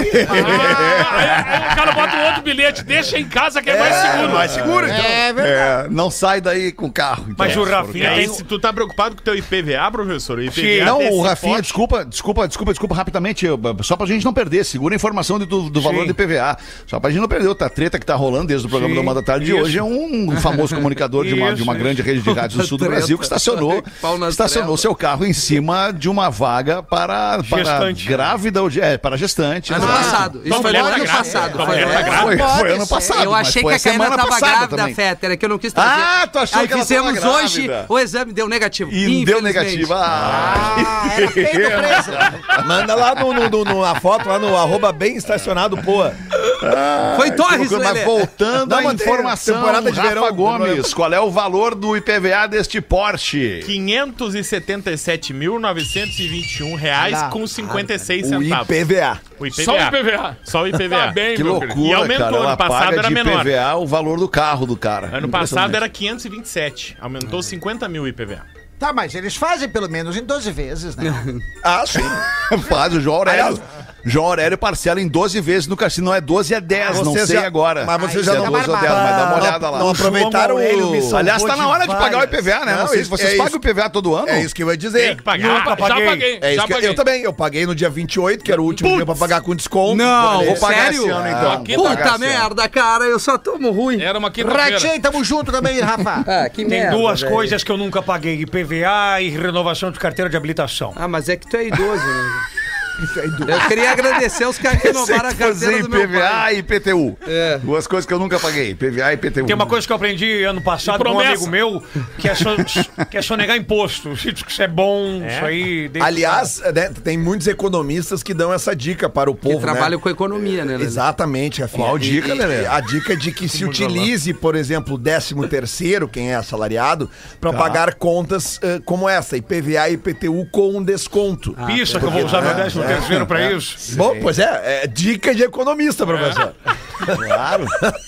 [SPEAKER 7] aí o cara bota um outro bilhete, deixa em casa que é, mais seguro.
[SPEAKER 6] mais seguro, então.
[SPEAKER 7] É
[SPEAKER 4] É, não sai daí com o carro. então.
[SPEAKER 9] Mas o
[SPEAKER 4] É,
[SPEAKER 9] Rafinha,
[SPEAKER 4] é
[SPEAKER 9] aí,
[SPEAKER 4] isso.
[SPEAKER 9] se tu tá preocupado com o teu IPVA, professor, o IPVA
[SPEAKER 4] Sim, não,
[SPEAKER 9] desse
[SPEAKER 4] o Rafinha,
[SPEAKER 9] Porsche-
[SPEAKER 4] desculpa, desculpa, desculpa, desculpa, rapidamente, eu, só pra gente não perder, segura a informação de- do, do valor do IPVA, só pra gente não perder, outra treta que tá rolando desde o programa
[SPEAKER 3] Sim,
[SPEAKER 4] da Moda Tarde
[SPEAKER 3] isso.
[SPEAKER 4] de hoje, é um famoso comunicador de uma, de uma
[SPEAKER 3] Isso,
[SPEAKER 4] grande
[SPEAKER 3] isso.
[SPEAKER 4] rede de rádios do sul do
[SPEAKER 3] Treta.
[SPEAKER 4] Brasil que estacionou,
[SPEAKER 3] <laughs> Pau nas
[SPEAKER 4] estacionou
[SPEAKER 3] trevas.
[SPEAKER 4] seu carro em cima de uma vaga para, para
[SPEAKER 3] Gestante.
[SPEAKER 4] grávida, ou de- é, para gestante.
[SPEAKER 5] Ano
[SPEAKER 4] exato.
[SPEAKER 5] passado. Isso foi ano passado. Foi, ano passado.
[SPEAKER 4] Foi- foi ano passado.
[SPEAKER 5] Eu
[SPEAKER 4] mas
[SPEAKER 5] achei que
[SPEAKER 4] foi
[SPEAKER 5] a Caína
[SPEAKER 4] semana
[SPEAKER 5] tava
[SPEAKER 4] passada
[SPEAKER 5] grávida,
[SPEAKER 4] também.
[SPEAKER 5] Fetter. É que eu não quis trazer.
[SPEAKER 4] Ah, tu achou
[SPEAKER 5] Aí
[SPEAKER 4] que ela tava
[SPEAKER 5] fizemos hoje
[SPEAKER 4] grávida.
[SPEAKER 5] o exame, deu negativo.
[SPEAKER 4] E deu
[SPEAKER 5] infelizmente.
[SPEAKER 4] negativo. Ah, <laughs>
[SPEAKER 5] era peito preso.
[SPEAKER 6] Manda lá no, no- no- no- a foto, lá no arroba bem estacionado, boa.
[SPEAKER 4] Foi Torres, Mas
[SPEAKER 6] Lelê.
[SPEAKER 4] voltando
[SPEAKER 6] Tá Não,
[SPEAKER 4] à
[SPEAKER 6] mas tem
[SPEAKER 4] informação,
[SPEAKER 6] temporada de
[SPEAKER 4] Rafa
[SPEAKER 6] verão,
[SPEAKER 4] Gomes, qual é o valor do IPVA deste Porsche?
[SPEAKER 9] 577.921 reais
[SPEAKER 4] Ah,
[SPEAKER 9] com 56
[SPEAKER 4] cara. O
[SPEAKER 9] centavos.
[SPEAKER 4] IPVA.
[SPEAKER 9] O IPVA.
[SPEAKER 4] Só o IPVA.
[SPEAKER 9] Só o IPVA.
[SPEAKER 4] Tá bem, Que meu querido. loucura,
[SPEAKER 9] E aumentou,
[SPEAKER 4] cara, ela
[SPEAKER 9] ano passado
[SPEAKER 4] paga
[SPEAKER 9] era
[SPEAKER 4] de
[SPEAKER 9] menor.
[SPEAKER 4] IPVA o valor do carro do cara.
[SPEAKER 9] Ano passado era 527, aumentou 50 mil o IPVA.
[SPEAKER 10] Tá, mas eles fazem pelo menos em 12 vezes, né?
[SPEAKER 6] Ah, sim.
[SPEAKER 4] <laughs> Faz o João Aurélio. João Aurélio parcela em 12 vezes no cassino. Não é 12, é 10. não sei agora.
[SPEAKER 6] Mas
[SPEAKER 4] Ai,
[SPEAKER 6] vocês já
[SPEAKER 4] se é
[SPEAKER 6] não
[SPEAKER 4] 12 ou 10, mas dá uma olhada lá.
[SPEAKER 6] Não aproveitaram o.
[SPEAKER 4] Aliás, tá na hora de pagar o IPVA, né?
[SPEAKER 6] Não,
[SPEAKER 4] Não sei se
[SPEAKER 6] isso-
[SPEAKER 4] vocês
[SPEAKER 6] é
[SPEAKER 4] pagam o
[SPEAKER 6] isso.
[SPEAKER 4] IPVA todo ano.
[SPEAKER 6] É isso que eu ia dizer.
[SPEAKER 9] Tem que pagar. Nunca
[SPEAKER 7] Já paguei. paguei,
[SPEAKER 6] É isso
[SPEAKER 7] já
[SPEAKER 6] que
[SPEAKER 7] paguei.
[SPEAKER 6] eu também. Eu paguei no dia 28, que era o último dia pra pagar com desconto.
[SPEAKER 5] Não,
[SPEAKER 6] Vou
[SPEAKER 5] vou
[SPEAKER 6] pagar
[SPEAKER 5] sério?
[SPEAKER 6] esse ano, então.
[SPEAKER 7] Aqui
[SPEAKER 6] Vou
[SPEAKER 7] tá
[SPEAKER 6] pagar
[SPEAKER 5] Puta
[SPEAKER 6] esse ano.
[SPEAKER 5] merda, cara, eu só tomo ruim.
[SPEAKER 7] Era uma quinta-feira.
[SPEAKER 10] Ratinho,
[SPEAKER 6] tá-
[SPEAKER 10] tamo
[SPEAKER 6] <laughs>
[SPEAKER 10] junto também, Rafa.
[SPEAKER 5] Ah,
[SPEAKER 8] <laughs>
[SPEAKER 5] que
[SPEAKER 8] É, Tem
[SPEAKER 5] merda,
[SPEAKER 8] duas
[SPEAKER 5] velho.
[SPEAKER 8] coisas que eu nunca paguei: IPVA e renovação de carteira de habilitação.
[SPEAKER 5] Ah, mas é que tu é idoso, né?
[SPEAKER 4] <laughs> é
[SPEAKER 5] Eu queria agradecer os caras que renovaram a carteira do meu pai.
[SPEAKER 4] IPVA e IPTU.
[SPEAKER 5] É.
[SPEAKER 4] Duas coisas que eu nunca paguei, PVA e IPTU.
[SPEAKER 8] Tem uma coisa que eu aprendi ano passado com um
[SPEAKER 7] promessa.
[SPEAKER 8] amigo meu, que é, só, que é sonegar imposto. <laughs> Se diz que isso é bom, isso aí. deixa-
[SPEAKER 6] Aliás, né, tem muitos economistas que dão essa dica para o povo.
[SPEAKER 5] Que
[SPEAKER 6] né?
[SPEAKER 5] trabalham com economia, né, Lelê?
[SPEAKER 6] Exatamente, Rafinha.
[SPEAKER 4] Qual
[SPEAKER 6] E-
[SPEAKER 4] dica,
[SPEAKER 6] e-
[SPEAKER 4] Lelê?
[SPEAKER 6] A dica é de que se utilize, por exemplo, o 13 terceiro, quem é assalariado, para pagar contas eh, como essa, IPVA e IPTU com desconto.
[SPEAKER 9] Ah,
[SPEAKER 8] Pista Ah, é que eu vou usar meu décimo terceiro pra isso.
[SPEAKER 6] Bom, pois é, é dica de economista, professor.
[SPEAKER 4] Claro.
[SPEAKER 6] <laughs>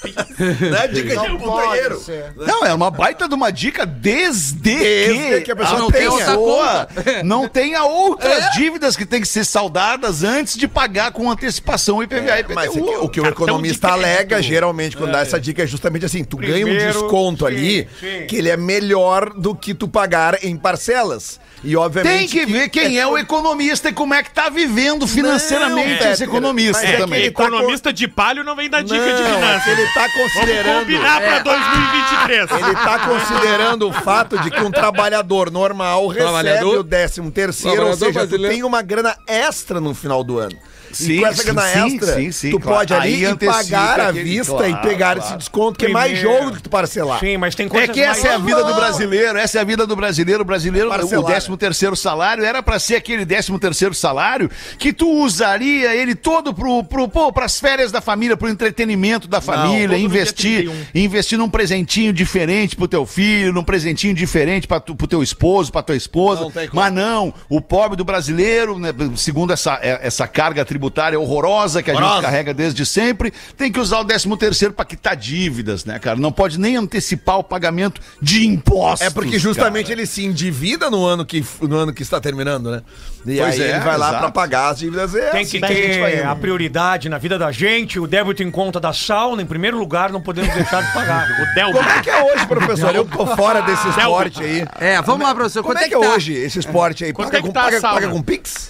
[SPEAKER 6] Não é dica de putanheiro.
[SPEAKER 4] Não, é uma baita de uma dica desde,
[SPEAKER 6] Desde
[SPEAKER 4] que, Ah,
[SPEAKER 6] que a pessoa
[SPEAKER 4] não tenha
[SPEAKER 6] tenha.
[SPEAKER 4] pessoa não tenha outras
[SPEAKER 6] É.
[SPEAKER 4] dívidas que tem que ser saudadas antes de pagar com antecipação o IPVA e IPTU.
[SPEAKER 6] Mas é que o que o economista alega, geralmente, quando dá essa dica, é justamente assim: tu ganha um
[SPEAKER 8] Primeiro,
[SPEAKER 6] desconto
[SPEAKER 8] sim,
[SPEAKER 6] ali
[SPEAKER 8] sim.
[SPEAKER 6] que ele é melhor do que tu pagar em parcelas. E, obviamente.
[SPEAKER 4] Tem que ver quem é o economista e como é que tá vivendo financeiramente
[SPEAKER 6] Não, Peter,
[SPEAKER 4] esse economista
[SPEAKER 6] mas é que
[SPEAKER 4] também.
[SPEAKER 6] ele tá
[SPEAKER 9] Economista de palho não vem dar dica de
[SPEAKER 6] Não, é que
[SPEAKER 9] finanças.
[SPEAKER 6] ele tá
[SPEAKER 9] Vamos
[SPEAKER 6] considerando.
[SPEAKER 9] combinar
[SPEAKER 8] É.
[SPEAKER 9] pra 2023.
[SPEAKER 6] Ele tá considerando o fato de que um trabalhador normal recebe
[SPEAKER 5] Trabalhador?
[SPEAKER 6] o 13 terceiro, ou
[SPEAKER 5] Trabalhador
[SPEAKER 6] seja, tu
[SPEAKER 5] brasileiro.
[SPEAKER 6] tem uma grana extra no final do ano.
[SPEAKER 4] Sim,
[SPEAKER 6] e com essa grana
[SPEAKER 4] sim,
[SPEAKER 6] extra,
[SPEAKER 4] sim, sim,
[SPEAKER 6] tu
[SPEAKER 4] claro.
[SPEAKER 6] pode ali
[SPEAKER 4] Aí
[SPEAKER 6] e
[SPEAKER 4] antecipa
[SPEAKER 6] pagar à
[SPEAKER 4] aquele-
[SPEAKER 6] vista e
[SPEAKER 4] claro,
[SPEAKER 6] pegar esse
[SPEAKER 4] claro.
[SPEAKER 6] desconto, que é mais
[SPEAKER 8] Primeiro.
[SPEAKER 6] jogo do que tu parcelar.
[SPEAKER 8] Ah, Sim, mas tem
[SPEAKER 4] É
[SPEAKER 8] coisas
[SPEAKER 4] que essa é a
[SPEAKER 8] mais-
[SPEAKER 4] vida do brasileiro, essa é a vida do brasileiro. O brasileiro,
[SPEAKER 6] Parcelar,
[SPEAKER 4] o 13 terceiro salário era pra ser aquele 13 terceiro salário que tu usaria ele todo pro, pro, pô, pras férias da família, pro entretenimento da família, investir, investir num presentinho diferente pro teu filho, num presentinho diferente pra tu, pro teu esposo, pra tua esposa. Mas não, o pobre do brasileiro, né, segundo essa, é- essa carga tributária horrorosa que a gente carrega desde sempre, tem que usar o 13 terceiro pra quitar dívidas, né, cara? Não pode nem antecipar o pagamento de impostos.
[SPEAKER 6] É porque justamente ele se endivida no ano que, no ano que está terminando, né? E
[SPEAKER 4] Pois
[SPEAKER 6] aí
[SPEAKER 4] é,
[SPEAKER 6] ele vai lá
[SPEAKER 4] exato.
[SPEAKER 6] pra pagar as dívidas extras.
[SPEAKER 8] Tem que
[SPEAKER 6] Daí a gente vai
[SPEAKER 8] ter
[SPEAKER 6] indo.
[SPEAKER 8] a prioridade na vida da gente, o débito em conta da sauna, em primeiro lugar, não podemos deixar de
[SPEAKER 5] <laughs>
[SPEAKER 8] pagar.
[SPEAKER 9] O Delmo.
[SPEAKER 6] Como é que é hoje, professor? Eu tô fora desse esporte aí.
[SPEAKER 5] É, vamos lá, professor.
[SPEAKER 6] Como
[SPEAKER 5] quanto
[SPEAKER 6] é que é
[SPEAKER 5] tá?
[SPEAKER 6] hoje esse esporte aí?
[SPEAKER 9] Quanto
[SPEAKER 6] Paga
[SPEAKER 9] é que
[SPEAKER 6] com,
[SPEAKER 9] tá a
[SPEAKER 6] paga,
[SPEAKER 9] sauna?
[SPEAKER 6] paga com Pix?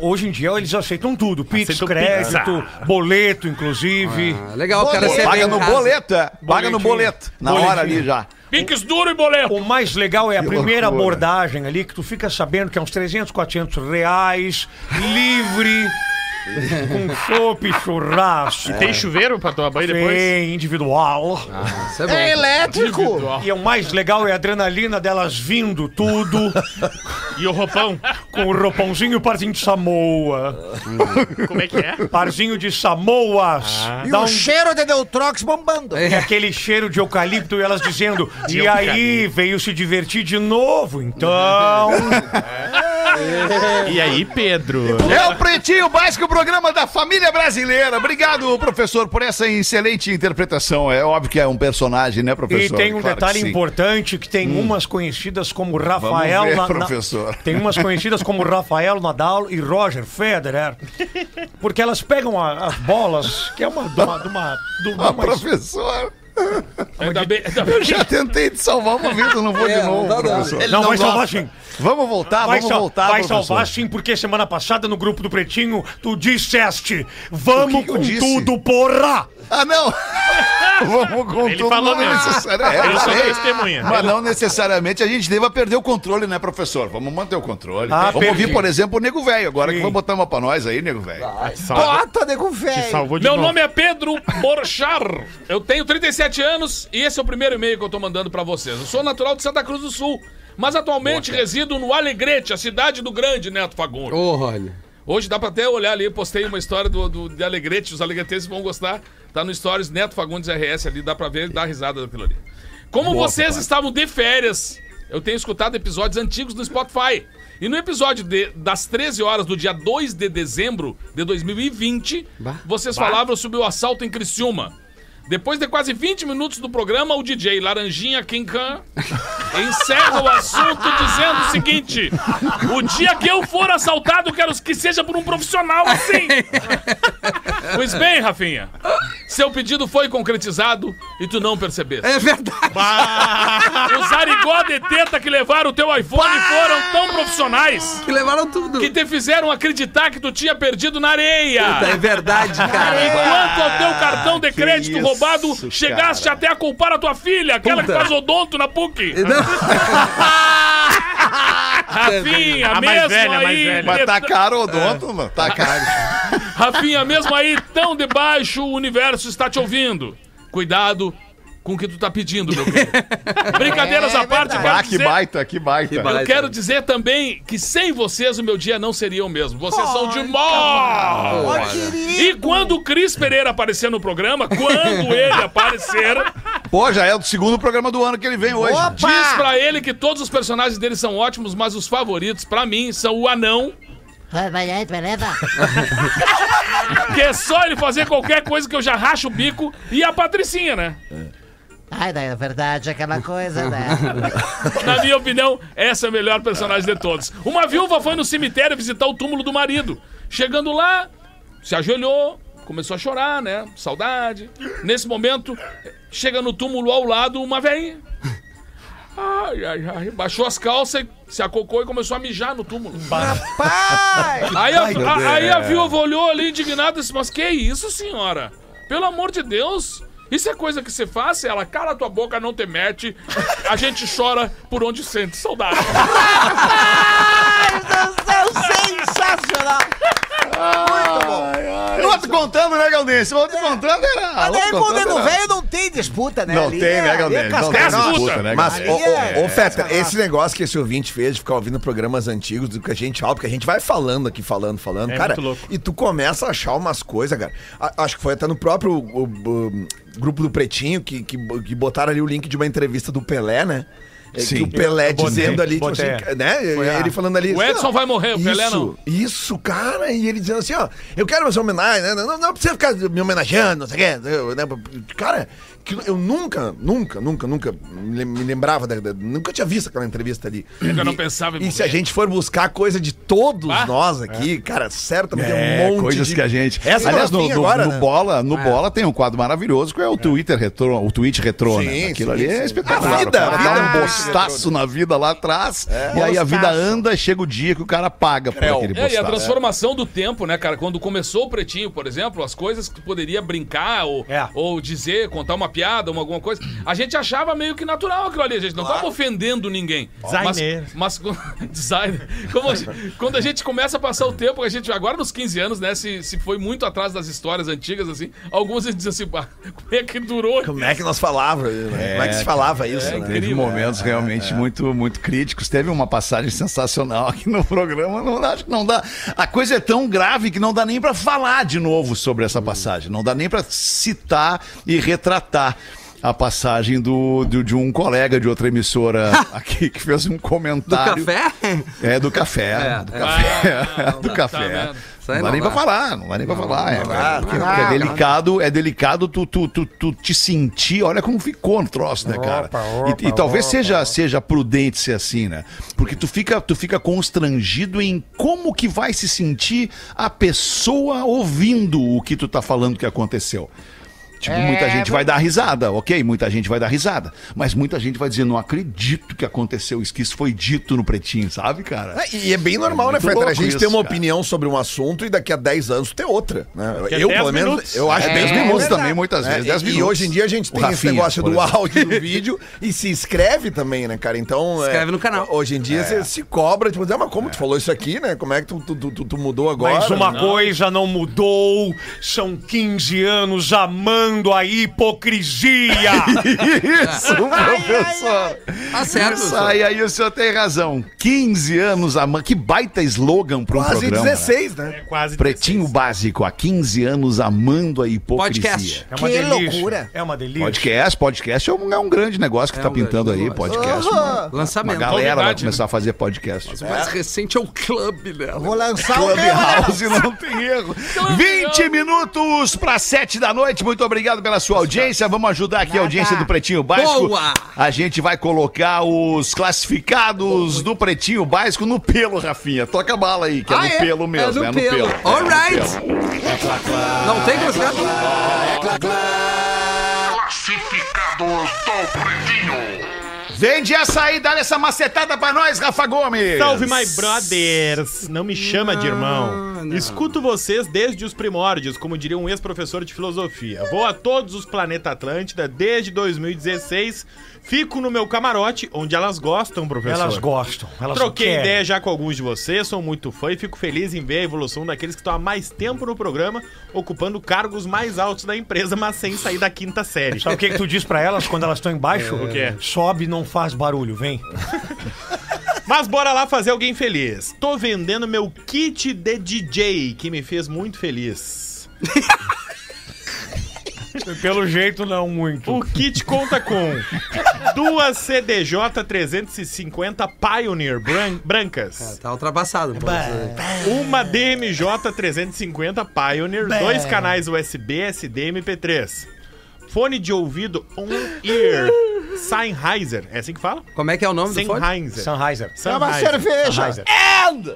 [SPEAKER 8] Hoje em dia eles aceitam tudo, Pix,
[SPEAKER 9] Aceitam
[SPEAKER 8] crédito, boleto, inclusive.
[SPEAKER 5] Ah, legal, o cara
[SPEAKER 4] Pô,
[SPEAKER 5] ser
[SPEAKER 4] paga
[SPEAKER 5] bem
[SPEAKER 4] no
[SPEAKER 5] em casa.
[SPEAKER 4] boleto, é. Paga no
[SPEAKER 8] Boletinho.
[SPEAKER 4] boleto. É Na hora ali já.
[SPEAKER 7] Piques duro e boleto.
[SPEAKER 8] O mais legal é a primeira abordagem ali, que tu fica sabendo que é uns 300, 400 reais,
[SPEAKER 9] <laughs>
[SPEAKER 8] livre, com chopp, churrasco.
[SPEAKER 9] Tem chuveiro pra tomar banho É. depois? Ah,
[SPEAKER 8] Tem individual.
[SPEAKER 5] Isso é bom. É,
[SPEAKER 6] Elétrico!
[SPEAKER 8] E o mais legal é a adrenalina delas vindo tudo,
[SPEAKER 9] <laughs> E o roupão?
[SPEAKER 8] com o roupãozinho e o parzinho de Samoa.
[SPEAKER 9] Como é que é?
[SPEAKER 8] Parzinho de Samoas.
[SPEAKER 10] E
[SPEAKER 8] Dá
[SPEAKER 10] o
[SPEAKER 8] um...
[SPEAKER 10] cheiro de Deutrox bombando.
[SPEAKER 8] E aquele cheiro de eucalipto e elas <laughs> dizendo, e aí veio se divertir de novo, <laughs> então.
[SPEAKER 9] E aí, Pedro?
[SPEAKER 4] É o Pretinho Básico, o programa da família brasileira. Obrigado, professor, por essa excelente interpretação. É óbvio que é um personagem, né,
[SPEAKER 8] E
[SPEAKER 4] professor?
[SPEAKER 8] tem um
[SPEAKER 4] Claro que
[SPEAKER 8] detalhe
[SPEAKER 4] sim. Hum.
[SPEAKER 8] importante que tem umas conhecidas como Rafael
[SPEAKER 4] ver,
[SPEAKER 8] Na- Na-
[SPEAKER 4] professor.
[SPEAKER 8] Tem
[SPEAKER 4] <laughs>
[SPEAKER 8] umas conhecidas como Rafael Nadal e Roger Federer. Porque elas pegam a- as bolas, que é uma de uma de uma, de uma-
[SPEAKER 4] Ah, professor,
[SPEAKER 7] Ainda bem, ainda bem.
[SPEAKER 4] <laughs> eu já tentei te salvar uma vez, eu não vou de
[SPEAKER 5] É, não
[SPEAKER 4] novo,
[SPEAKER 5] dá, não.
[SPEAKER 4] professor.
[SPEAKER 8] Não, vai salvar sim.
[SPEAKER 4] Vamos voltar,
[SPEAKER 8] Vai,
[SPEAKER 4] vamos
[SPEAKER 8] sal-
[SPEAKER 4] voltar,
[SPEAKER 8] vai
[SPEAKER 4] professor.
[SPEAKER 8] salvar sim, porque semana passada no grupo do Pretinho tu disseste: "Vamos
[SPEAKER 4] O que que eu
[SPEAKER 8] com
[SPEAKER 4] disse?
[SPEAKER 8] tudo, porra!"
[SPEAKER 4] Ah, não! <laughs> Vamos com
[SPEAKER 9] Ele
[SPEAKER 4] tudo,
[SPEAKER 9] falou
[SPEAKER 4] não
[SPEAKER 9] mesmo.
[SPEAKER 4] necessari- É,
[SPEAKER 9] Ele só
[SPEAKER 4] falei.
[SPEAKER 9] testemunha.
[SPEAKER 4] Mas não necessariamente a gente deva perder o controle, né, professor? Vamos manter o controle.
[SPEAKER 8] Ah,
[SPEAKER 4] Vamos
[SPEAKER 8] perdi.
[SPEAKER 4] ouvir, por exemplo, o Nego Velho, agora que
[SPEAKER 8] Sim.
[SPEAKER 4] vai botar uma pra nós aí, Nego Velho.
[SPEAKER 9] Ah, Salva-
[SPEAKER 5] <laughs>
[SPEAKER 10] nego
[SPEAKER 9] Te
[SPEAKER 10] velho.
[SPEAKER 9] salvou de
[SPEAKER 7] Meu
[SPEAKER 9] novo.
[SPEAKER 7] nome é Pedro Borchar. Eu tenho 37 anos e esse é o primeiro e-mail que eu tô mandando pra vocês. Eu sou natural de Santa Cruz do Sul, mas atualmente resido no Alegrete, a cidade do grande Neto Fagundes.
[SPEAKER 5] Olha.
[SPEAKER 7] Hoje dá pra até olhar ali, postei uma história do, do- de Alegrete, os alegretenses vão gostar. Tá no Stories Neto Fagundes RS ali, dá pra ver e dar risada daquilo ali. Como vocês estavam de férias, eu tenho escutado episódios antigos no Spotify. E no episódio de- das 13 horas do dia 2 de dezembro de 2020, vocês falavam sobre o assalto em Criciúma. Depois de quase 20 minutos do programa, o DJ Laranjinha Kinkan encerra o assunto dizendo o seguinte: O dia que eu for assaltado, quero que seja por um profissional assim. pois bem, Rafinha, seu pedido foi concretizado e tu não percebeste.
[SPEAKER 10] É verdade.
[SPEAKER 7] Os arigó de teta que levaram o teu iPhone foram tão profissionais
[SPEAKER 10] Que levaram tudo.
[SPEAKER 7] que te fizeram acreditar que tu tinha perdido na areia.
[SPEAKER 10] É verdade,
[SPEAKER 6] <laughs>
[SPEAKER 10] cara.
[SPEAKER 7] Enquanto ao teu cartão de
[SPEAKER 12] Ah, que
[SPEAKER 7] crédito
[SPEAKER 12] isso,
[SPEAKER 7] roubado, chegaste até a culpar a tua filha, aquela que
[SPEAKER 10] Puta.
[SPEAKER 7] faz odonto na PUC.
[SPEAKER 10] Não,
[SPEAKER 7] Rafinha,
[SPEAKER 9] A mais
[SPEAKER 7] mesmo
[SPEAKER 9] velha, a mais
[SPEAKER 7] aí.
[SPEAKER 9] velha.
[SPEAKER 12] Mas
[SPEAKER 7] de-
[SPEAKER 12] tá
[SPEAKER 9] É.
[SPEAKER 12] caro o odonto, mano.
[SPEAKER 9] <laughs>
[SPEAKER 12] Tá caro.
[SPEAKER 7] Rafinha, mesmo aí, tão debaixo, o universo está te ouvindo. Cuidado com o que tu tá pedindo,
[SPEAKER 12] <laughs>
[SPEAKER 7] meu querido. Brincadeiras à parte,
[SPEAKER 12] Ah,
[SPEAKER 7] quero
[SPEAKER 12] que
[SPEAKER 7] dizer,
[SPEAKER 12] baita, que baita.
[SPEAKER 10] Que baita.
[SPEAKER 7] eu quero dizer também que sem vocês o meu dia não seria o mesmo. Vocês são demais! E quando o Cris Pereira aparecer no programa, quando ele aparecer,
[SPEAKER 12] Pô, já é o segundo programa do ano que ele vem hoje.
[SPEAKER 7] diz pra ele que todos os personagens dele são ótimos, mas os favoritos pra mim são o anão,
[SPEAKER 1] Vai, vai, aí, beleza?
[SPEAKER 7] que é só ele fazer qualquer coisa que eu já racho o bico, e a Patricinha, né?
[SPEAKER 1] Ai, daí, na verdade, é aquela coisa, né?
[SPEAKER 13] <laughs>
[SPEAKER 7] Na minha opinião, essa é a melhor personagem de todos. Uma viúva foi no cemitério visitar o túmulo do marido. Chegando lá, se ajoelhou, começou a chorar, né? Saudade. Nesse momento, chega no túmulo ao lado uma velhinha. Ai, ai, ai. Baixou as calças, se acocou e começou a mijar no túmulo. Aí a, a- aí a viúva olhou ali indignada e disse: Mas que isso, senhora? Pelo amor de Deus! Isso é coisa que você faz, ela cala tua boca, não te mete. A gente chora por onde sente saudade.
[SPEAKER 1] é um
[SPEAKER 10] sensacional.
[SPEAKER 13] Tá
[SPEAKER 12] Eu tô te contando, né, Galdense? Eu tô te contando, era.
[SPEAKER 10] Mas
[SPEAKER 12] Eu
[SPEAKER 10] aí,
[SPEAKER 12] te
[SPEAKER 10] com
[SPEAKER 13] tá
[SPEAKER 1] é
[SPEAKER 10] o
[SPEAKER 12] contando,
[SPEAKER 10] dedo
[SPEAKER 12] era-
[SPEAKER 10] velho não tem disputa, né?
[SPEAKER 12] Não
[SPEAKER 10] Ali
[SPEAKER 12] tem, né,
[SPEAKER 10] ali
[SPEAKER 12] Galdense? Não
[SPEAKER 10] casca-
[SPEAKER 12] tem
[SPEAKER 7] casca-
[SPEAKER 12] disputa, né,
[SPEAKER 6] Mas,
[SPEAKER 12] Galdense?
[SPEAKER 6] ô, ô, ô,
[SPEAKER 10] é,
[SPEAKER 6] Feta,
[SPEAKER 10] é.
[SPEAKER 6] esse negócio que esse ouvinte fez de ficar ouvindo programas antigos do que a gente fala, porque a gente vai falando aqui, falando, falando,
[SPEAKER 9] É
[SPEAKER 6] cara.
[SPEAKER 9] muito louco.
[SPEAKER 6] E tu começa a achar umas coisas, cara. A- acho que foi até no próprio o- o- grupo do Pretinho que, que, que botaram ali o link de uma entrevista do Pelé, né? É, Que o Pelé dizendo ali, tipo
[SPEAKER 8] botei.
[SPEAKER 6] assim, né? Ele falando ali.
[SPEAKER 7] O
[SPEAKER 6] assim,
[SPEAKER 7] Edson
[SPEAKER 6] ó,
[SPEAKER 7] vai morrer, o Pelé
[SPEAKER 6] isso,
[SPEAKER 7] não.
[SPEAKER 6] Isso, cara. E ele dizendo assim, ó, eu quero essa homenagem, né? Não, não precisa ficar me homenageando, não sei o quê. eu, né? Cara, que eu nunca, nunca, nunca, nunca me me lembrava, da, da- nunca tinha visto aquela entrevista ali.
[SPEAKER 7] É eu não
[SPEAKER 6] E-
[SPEAKER 7] pensava em
[SPEAKER 6] E se a
[SPEAKER 7] morrer.
[SPEAKER 6] gente for buscar coisa de todos
[SPEAKER 7] Ah.
[SPEAKER 6] nós aqui, cara, certamente
[SPEAKER 12] É,
[SPEAKER 6] é um monte
[SPEAKER 12] coisas
[SPEAKER 6] de...
[SPEAKER 12] que a gente.
[SPEAKER 6] Essa
[SPEAKER 12] Aliás, no,
[SPEAKER 6] Rafinha
[SPEAKER 12] no-
[SPEAKER 6] agora,
[SPEAKER 12] no
[SPEAKER 6] né?
[SPEAKER 12] bola, no bola tem um quadro maravilhoso que é o Twitter retrô, o tweet retrô, né?
[SPEAKER 6] Sim,
[SPEAKER 12] Aquilo
[SPEAKER 6] sim,
[SPEAKER 12] ali é
[SPEAKER 6] sim.
[SPEAKER 12] espetacular.
[SPEAKER 6] A
[SPEAKER 12] O
[SPEAKER 6] vida,
[SPEAKER 12] cara
[SPEAKER 6] a
[SPEAKER 12] dá
[SPEAKER 6] vida é
[SPEAKER 12] um
[SPEAKER 6] retrô,
[SPEAKER 12] bostaço na vida lá atrás
[SPEAKER 6] É.
[SPEAKER 12] e aí a vida anda, chega o dia que o cara paga por aquele
[SPEAKER 7] É, e
[SPEAKER 4] né?
[SPEAKER 7] a
[SPEAKER 12] bostaço.
[SPEAKER 7] transformação do tempo, né, cara? Quando começou o pretinho, por exemplo, as coisas que tu poderia brincar ou,
[SPEAKER 8] É.
[SPEAKER 7] ou dizer, contar uma piada, uma, alguma coisa, a gente achava meio que natural aquilo ali. A gente não tava ofendendo ninguém.
[SPEAKER 9] Designer.
[SPEAKER 7] Mas, mas <laughs> designer. Como a gente- quando a gente começa a passar o tempo, a gente, agora nos 15 anos, né, se, se foi muito atrás das histórias antigas, assim, alguns a gente diz assim, "Bah, como é que durou?
[SPEAKER 6] Como é que nós falávamos? né? Como é que se falava isso, né?
[SPEAKER 7] incrível.
[SPEAKER 4] Teve momentos realmente muito, muito críticos. Teve uma passagem <laughs> sensacional aqui no programa. Não, acho que não dá. A coisa é tão grave que não dá nem pra falar de novo sobre essa passagem. Não dá nem pra citar e retratar. A passagem do, do- de um colega de outra emissora aqui que fez um
[SPEAKER 10] Do
[SPEAKER 4] comentário.
[SPEAKER 10] café?
[SPEAKER 5] <laughs>
[SPEAKER 4] É, do café.
[SPEAKER 10] É,
[SPEAKER 4] do
[SPEAKER 10] é.
[SPEAKER 4] café. <laughs> do
[SPEAKER 7] Tá
[SPEAKER 4] café.
[SPEAKER 7] vendo?
[SPEAKER 10] Isso
[SPEAKER 4] Não
[SPEAKER 10] aí
[SPEAKER 4] dá
[SPEAKER 10] não
[SPEAKER 4] nem
[SPEAKER 10] dá.
[SPEAKER 4] pra falar, não dá nem pra falar. é, cara, porque,
[SPEAKER 10] não
[SPEAKER 4] porque
[SPEAKER 10] dá,
[SPEAKER 4] é delicado, é delicado tu, tu, tu, tu te sentir, olha como ficou no troço, né, cara? E- e, talvez seja, seja prudente ser assim, né? Porque tu fica, tu fica constrangido em como que vai se sentir a pessoa ouvindo o que tu tá falando que aconteceu. Tipo, muita gente vai dar risada, ok? Muita gente vai dar risada. Mas muita gente vai dizer, não acredito que aconteceu isso, que isso foi dito no pretinho, sabe, cara?
[SPEAKER 6] É, e é bem normal, né,
[SPEAKER 4] muito
[SPEAKER 6] Fetter? A
[SPEAKER 4] louco
[SPEAKER 6] gente
[SPEAKER 4] isso,
[SPEAKER 6] ter uma
[SPEAKER 4] cara.
[SPEAKER 6] opinião sobre um assunto e daqui a 10 anos ter outra. Né?
[SPEAKER 9] é
[SPEAKER 6] Eu,
[SPEAKER 9] 10
[SPEAKER 6] pelo menos,
[SPEAKER 9] minutos.
[SPEAKER 6] eu acho
[SPEAKER 4] É,
[SPEAKER 6] 10
[SPEAKER 4] 10
[SPEAKER 6] minutos
[SPEAKER 4] minutos
[SPEAKER 6] também.
[SPEAKER 4] também, muitas
[SPEAKER 6] né?
[SPEAKER 4] vezes. 10
[SPEAKER 6] E-
[SPEAKER 4] minutos.
[SPEAKER 6] E hoje em dia a gente
[SPEAKER 4] O
[SPEAKER 6] tem esse
[SPEAKER 4] Rafinha,
[SPEAKER 6] negócio
[SPEAKER 4] por
[SPEAKER 6] do
[SPEAKER 4] exemplo.
[SPEAKER 6] áudio e do vídeo e se inscreve também, né, cara? Então. é,
[SPEAKER 10] Inscreve no canal.
[SPEAKER 6] Hoje em dia você se cobra, tipo, ah, mas como tu falou isso aqui, né? Como é que tu, tu, tu- tu- tu mudou agora?
[SPEAKER 8] Mas uma
[SPEAKER 6] né?
[SPEAKER 8] coisa não mudou. São 15 anos amando a hipocrisia.
[SPEAKER 4] Isso, professor!
[SPEAKER 10] Tá certo.
[SPEAKER 4] Isso aí, aí o senhor tem razão. 15 anos a mais. Que baita slogan para um
[SPEAKER 6] Quase
[SPEAKER 4] programa.
[SPEAKER 6] 16, né?
[SPEAKER 9] É quase
[SPEAKER 4] Pretinho básico, há 15 anos amando a hipocrisia.
[SPEAKER 10] Podcast.
[SPEAKER 8] É uma
[SPEAKER 1] Que
[SPEAKER 8] delícia.
[SPEAKER 1] loucura.
[SPEAKER 8] É uma delícia.
[SPEAKER 4] Podcast, podcast é um, é um grande negócio que
[SPEAKER 10] É
[SPEAKER 4] tá
[SPEAKER 10] um
[SPEAKER 4] pintando
[SPEAKER 10] grande
[SPEAKER 4] aí,
[SPEAKER 10] negócio. né?
[SPEAKER 4] podcast.
[SPEAKER 1] Aham.
[SPEAKER 4] Uma
[SPEAKER 10] Lançamento.
[SPEAKER 4] galera vai
[SPEAKER 7] Novidade,
[SPEAKER 4] começar a fazer podcast.
[SPEAKER 10] O mais recente é o clube, né?
[SPEAKER 1] Vou
[SPEAKER 5] é
[SPEAKER 1] lançar o meu.
[SPEAKER 4] Clubhouse não tem erro. 20 minutos para 7 da noite. Muito obrigado. obrigado pela sua audiência. Vamos ajudar aqui a audiência do Pretinho Básico.
[SPEAKER 5] Boa!
[SPEAKER 4] A gente vai colocar os classificados do Pretinho Básico no pelo, Rafinha. Toca a bala aí, que é
[SPEAKER 5] Ah,
[SPEAKER 4] no pelo mesmo. É no pelo. É
[SPEAKER 5] All right. Não tem classificado?
[SPEAKER 4] Vende essa aí, dá essa macetada pra nós, Rafa Gomes.
[SPEAKER 9] Salve, my brothers! Não me chama de irmão. Escuto vocês desde os primórdios, como diria um ex-professor de filosofia. Vou a todos os planeta Atlântida desde 2016. Fico no meu camarote, onde elas gostam, professor.
[SPEAKER 8] Elas gostam. Elas
[SPEAKER 9] Troquei
[SPEAKER 8] querem.
[SPEAKER 9] ideia já com alguns de vocês, sou muito fã e fico feliz em ver a evolução daqueles que estão há mais tempo no programa, ocupando cargos mais altos da empresa, mas sem sair da quinta
[SPEAKER 8] <laughs>
[SPEAKER 9] série.
[SPEAKER 8] Sabe o que, que tu diz pra elas quando elas estão embaixo?
[SPEAKER 9] O quê?
[SPEAKER 8] Sobe, não faz barulho, vem.
[SPEAKER 9] Mas bora lá fazer alguém feliz. Tô vendendo meu kit de DJ, que me fez muito feliz.
[SPEAKER 8] <laughs> Pelo jeito, não muito.
[SPEAKER 9] O kit conta com duas CDJ 350 Pioneer bran- brancas,
[SPEAKER 5] Tá ultrapassado. pô.
[SPEAKER 9] uma DMJ 350 Pioneer, dois canais USB, SD e MP3, fone de ouvido
[SPEAKER 5] <laughs>
[SPEAKER 9] on-ear Sennheiser, é assim que fala?
[SPEAKER 5] Como é que é o nome do fone?
[SPEAKER 9] Sennheiser.
[SPEAKER 8] Sennheiser.
[SPEAKER 9] Sennheiser.
[SPEAKER 8] Sennheiser.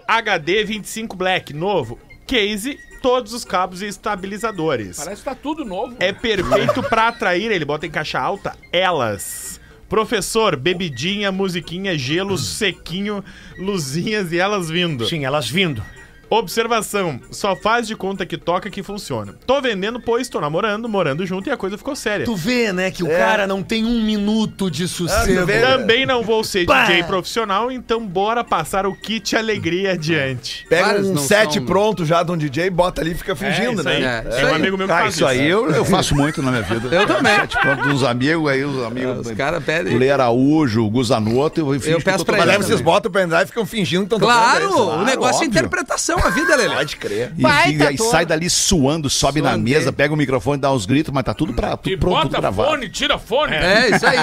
[SPEAKER 9] HD 25 Black, novo, case, todos os cabos e estabilizadores.
[SPEAKER 7] Parece que tá tudo novo.
[SPEAKER 9] É perfeito pra atrair, ele bota em caixa alta, elas. Professor, bebidinha, musiquinha, gelo, sequinho, luzinhas e elas vindo.
[SPEAKER 8] Sim, elas vindo.
[SPEAKER 9] Observação, só faz de conta que toca que funciona. Tô vendendo, pois tô namorando, morando junto e a coisa ficou séria.
[SPEAKER 13] Tu vê, né,
[SPEAKER 8] É.
[SPEAKER 13] que o cara não tem um minuto de
[SPEAKER 6] Ah,
[SPEAKER 13] sossego.
[SPEAKER 9] Também não vou ser DJ profissional, então bora passar o kit alegria adiante.
[SPEAKER 6] Pega
[SPEAKER 5] Vários
[SPEAKER 6] um
[SPEAKER 5] não
[SPEAKER 6] set
[SPEAKER 5] são, né?
[SPEAKER 6] pronto já de um DJ, bota ali e fica fingindo,
[SPEAKER 9] isso
[SPEAKER 6] né?
[SPEAKER 9] aí.
[SPEAKER 5] É,
[SPEAKER 9] Tem
[SPEAKER 5] isso
[SPEAKER 9] um
[SPEAKER 5] aí.
[SPEAKER 9] amigo meu que
[SPEAKER 4] Ah,
[SPEAKER 9] faz
[SPEAKER 4] isso aí eu, eu faço muito na minha vida.
[SPEAKER 5] Eu também.
[SPEAKER 4] Sete pontos dos amigos, aí os amigos.
[SPEAKER 5] Os caras pedem.
[SPEAKER 4] Lê Araújo, Guzanoto, eu finge
[SPEAKER 5] Eu
[SPEAKER 4] que
[SPEAKER 5] peço
[SPEAKER 4] tô
[SPEAKER 5] pra
[SPEAKER 6] Mas
[SPEAKER 4] trabalhando.
[SPEAKER 6] aí
[SPEAKER 5] eles
[SPEAKER 6] vocês botam o pendrive e ficam fingindo que estão
[SPEAKER 5] Claro,
[SPEAKER 6] tocando
[SPEAKER 5] o negócio
[SPEAKER 4] óbvio.
[SPEAKER 5] é interpretação, a vida, Lelê.
[SPEAKER 6] Pode crer.
[SPEAKER 4] E,
[SPEAKER 5] Baita
[SPEAKER 4] e aí
[SPEAKER 5] ator.
[SPEAKER 4] sai dali suando, sobe na
[SPEAKER 5] Suando,
[SPEAKER 4] mesa,
[SPEAKER 5] hein?
[SPEAKER 4] pega o microfone, dá uns gritos, mas tá tudo, pra,
[SPEAKER 7] E
[SPEAKER 4] tudo pronto, tudo
[SPEAKER 7] bota
[SPEAKER 4] gravado.
[SPEAKER 7] fone, tira fone.
[SPEAKER 5] É, isso aí.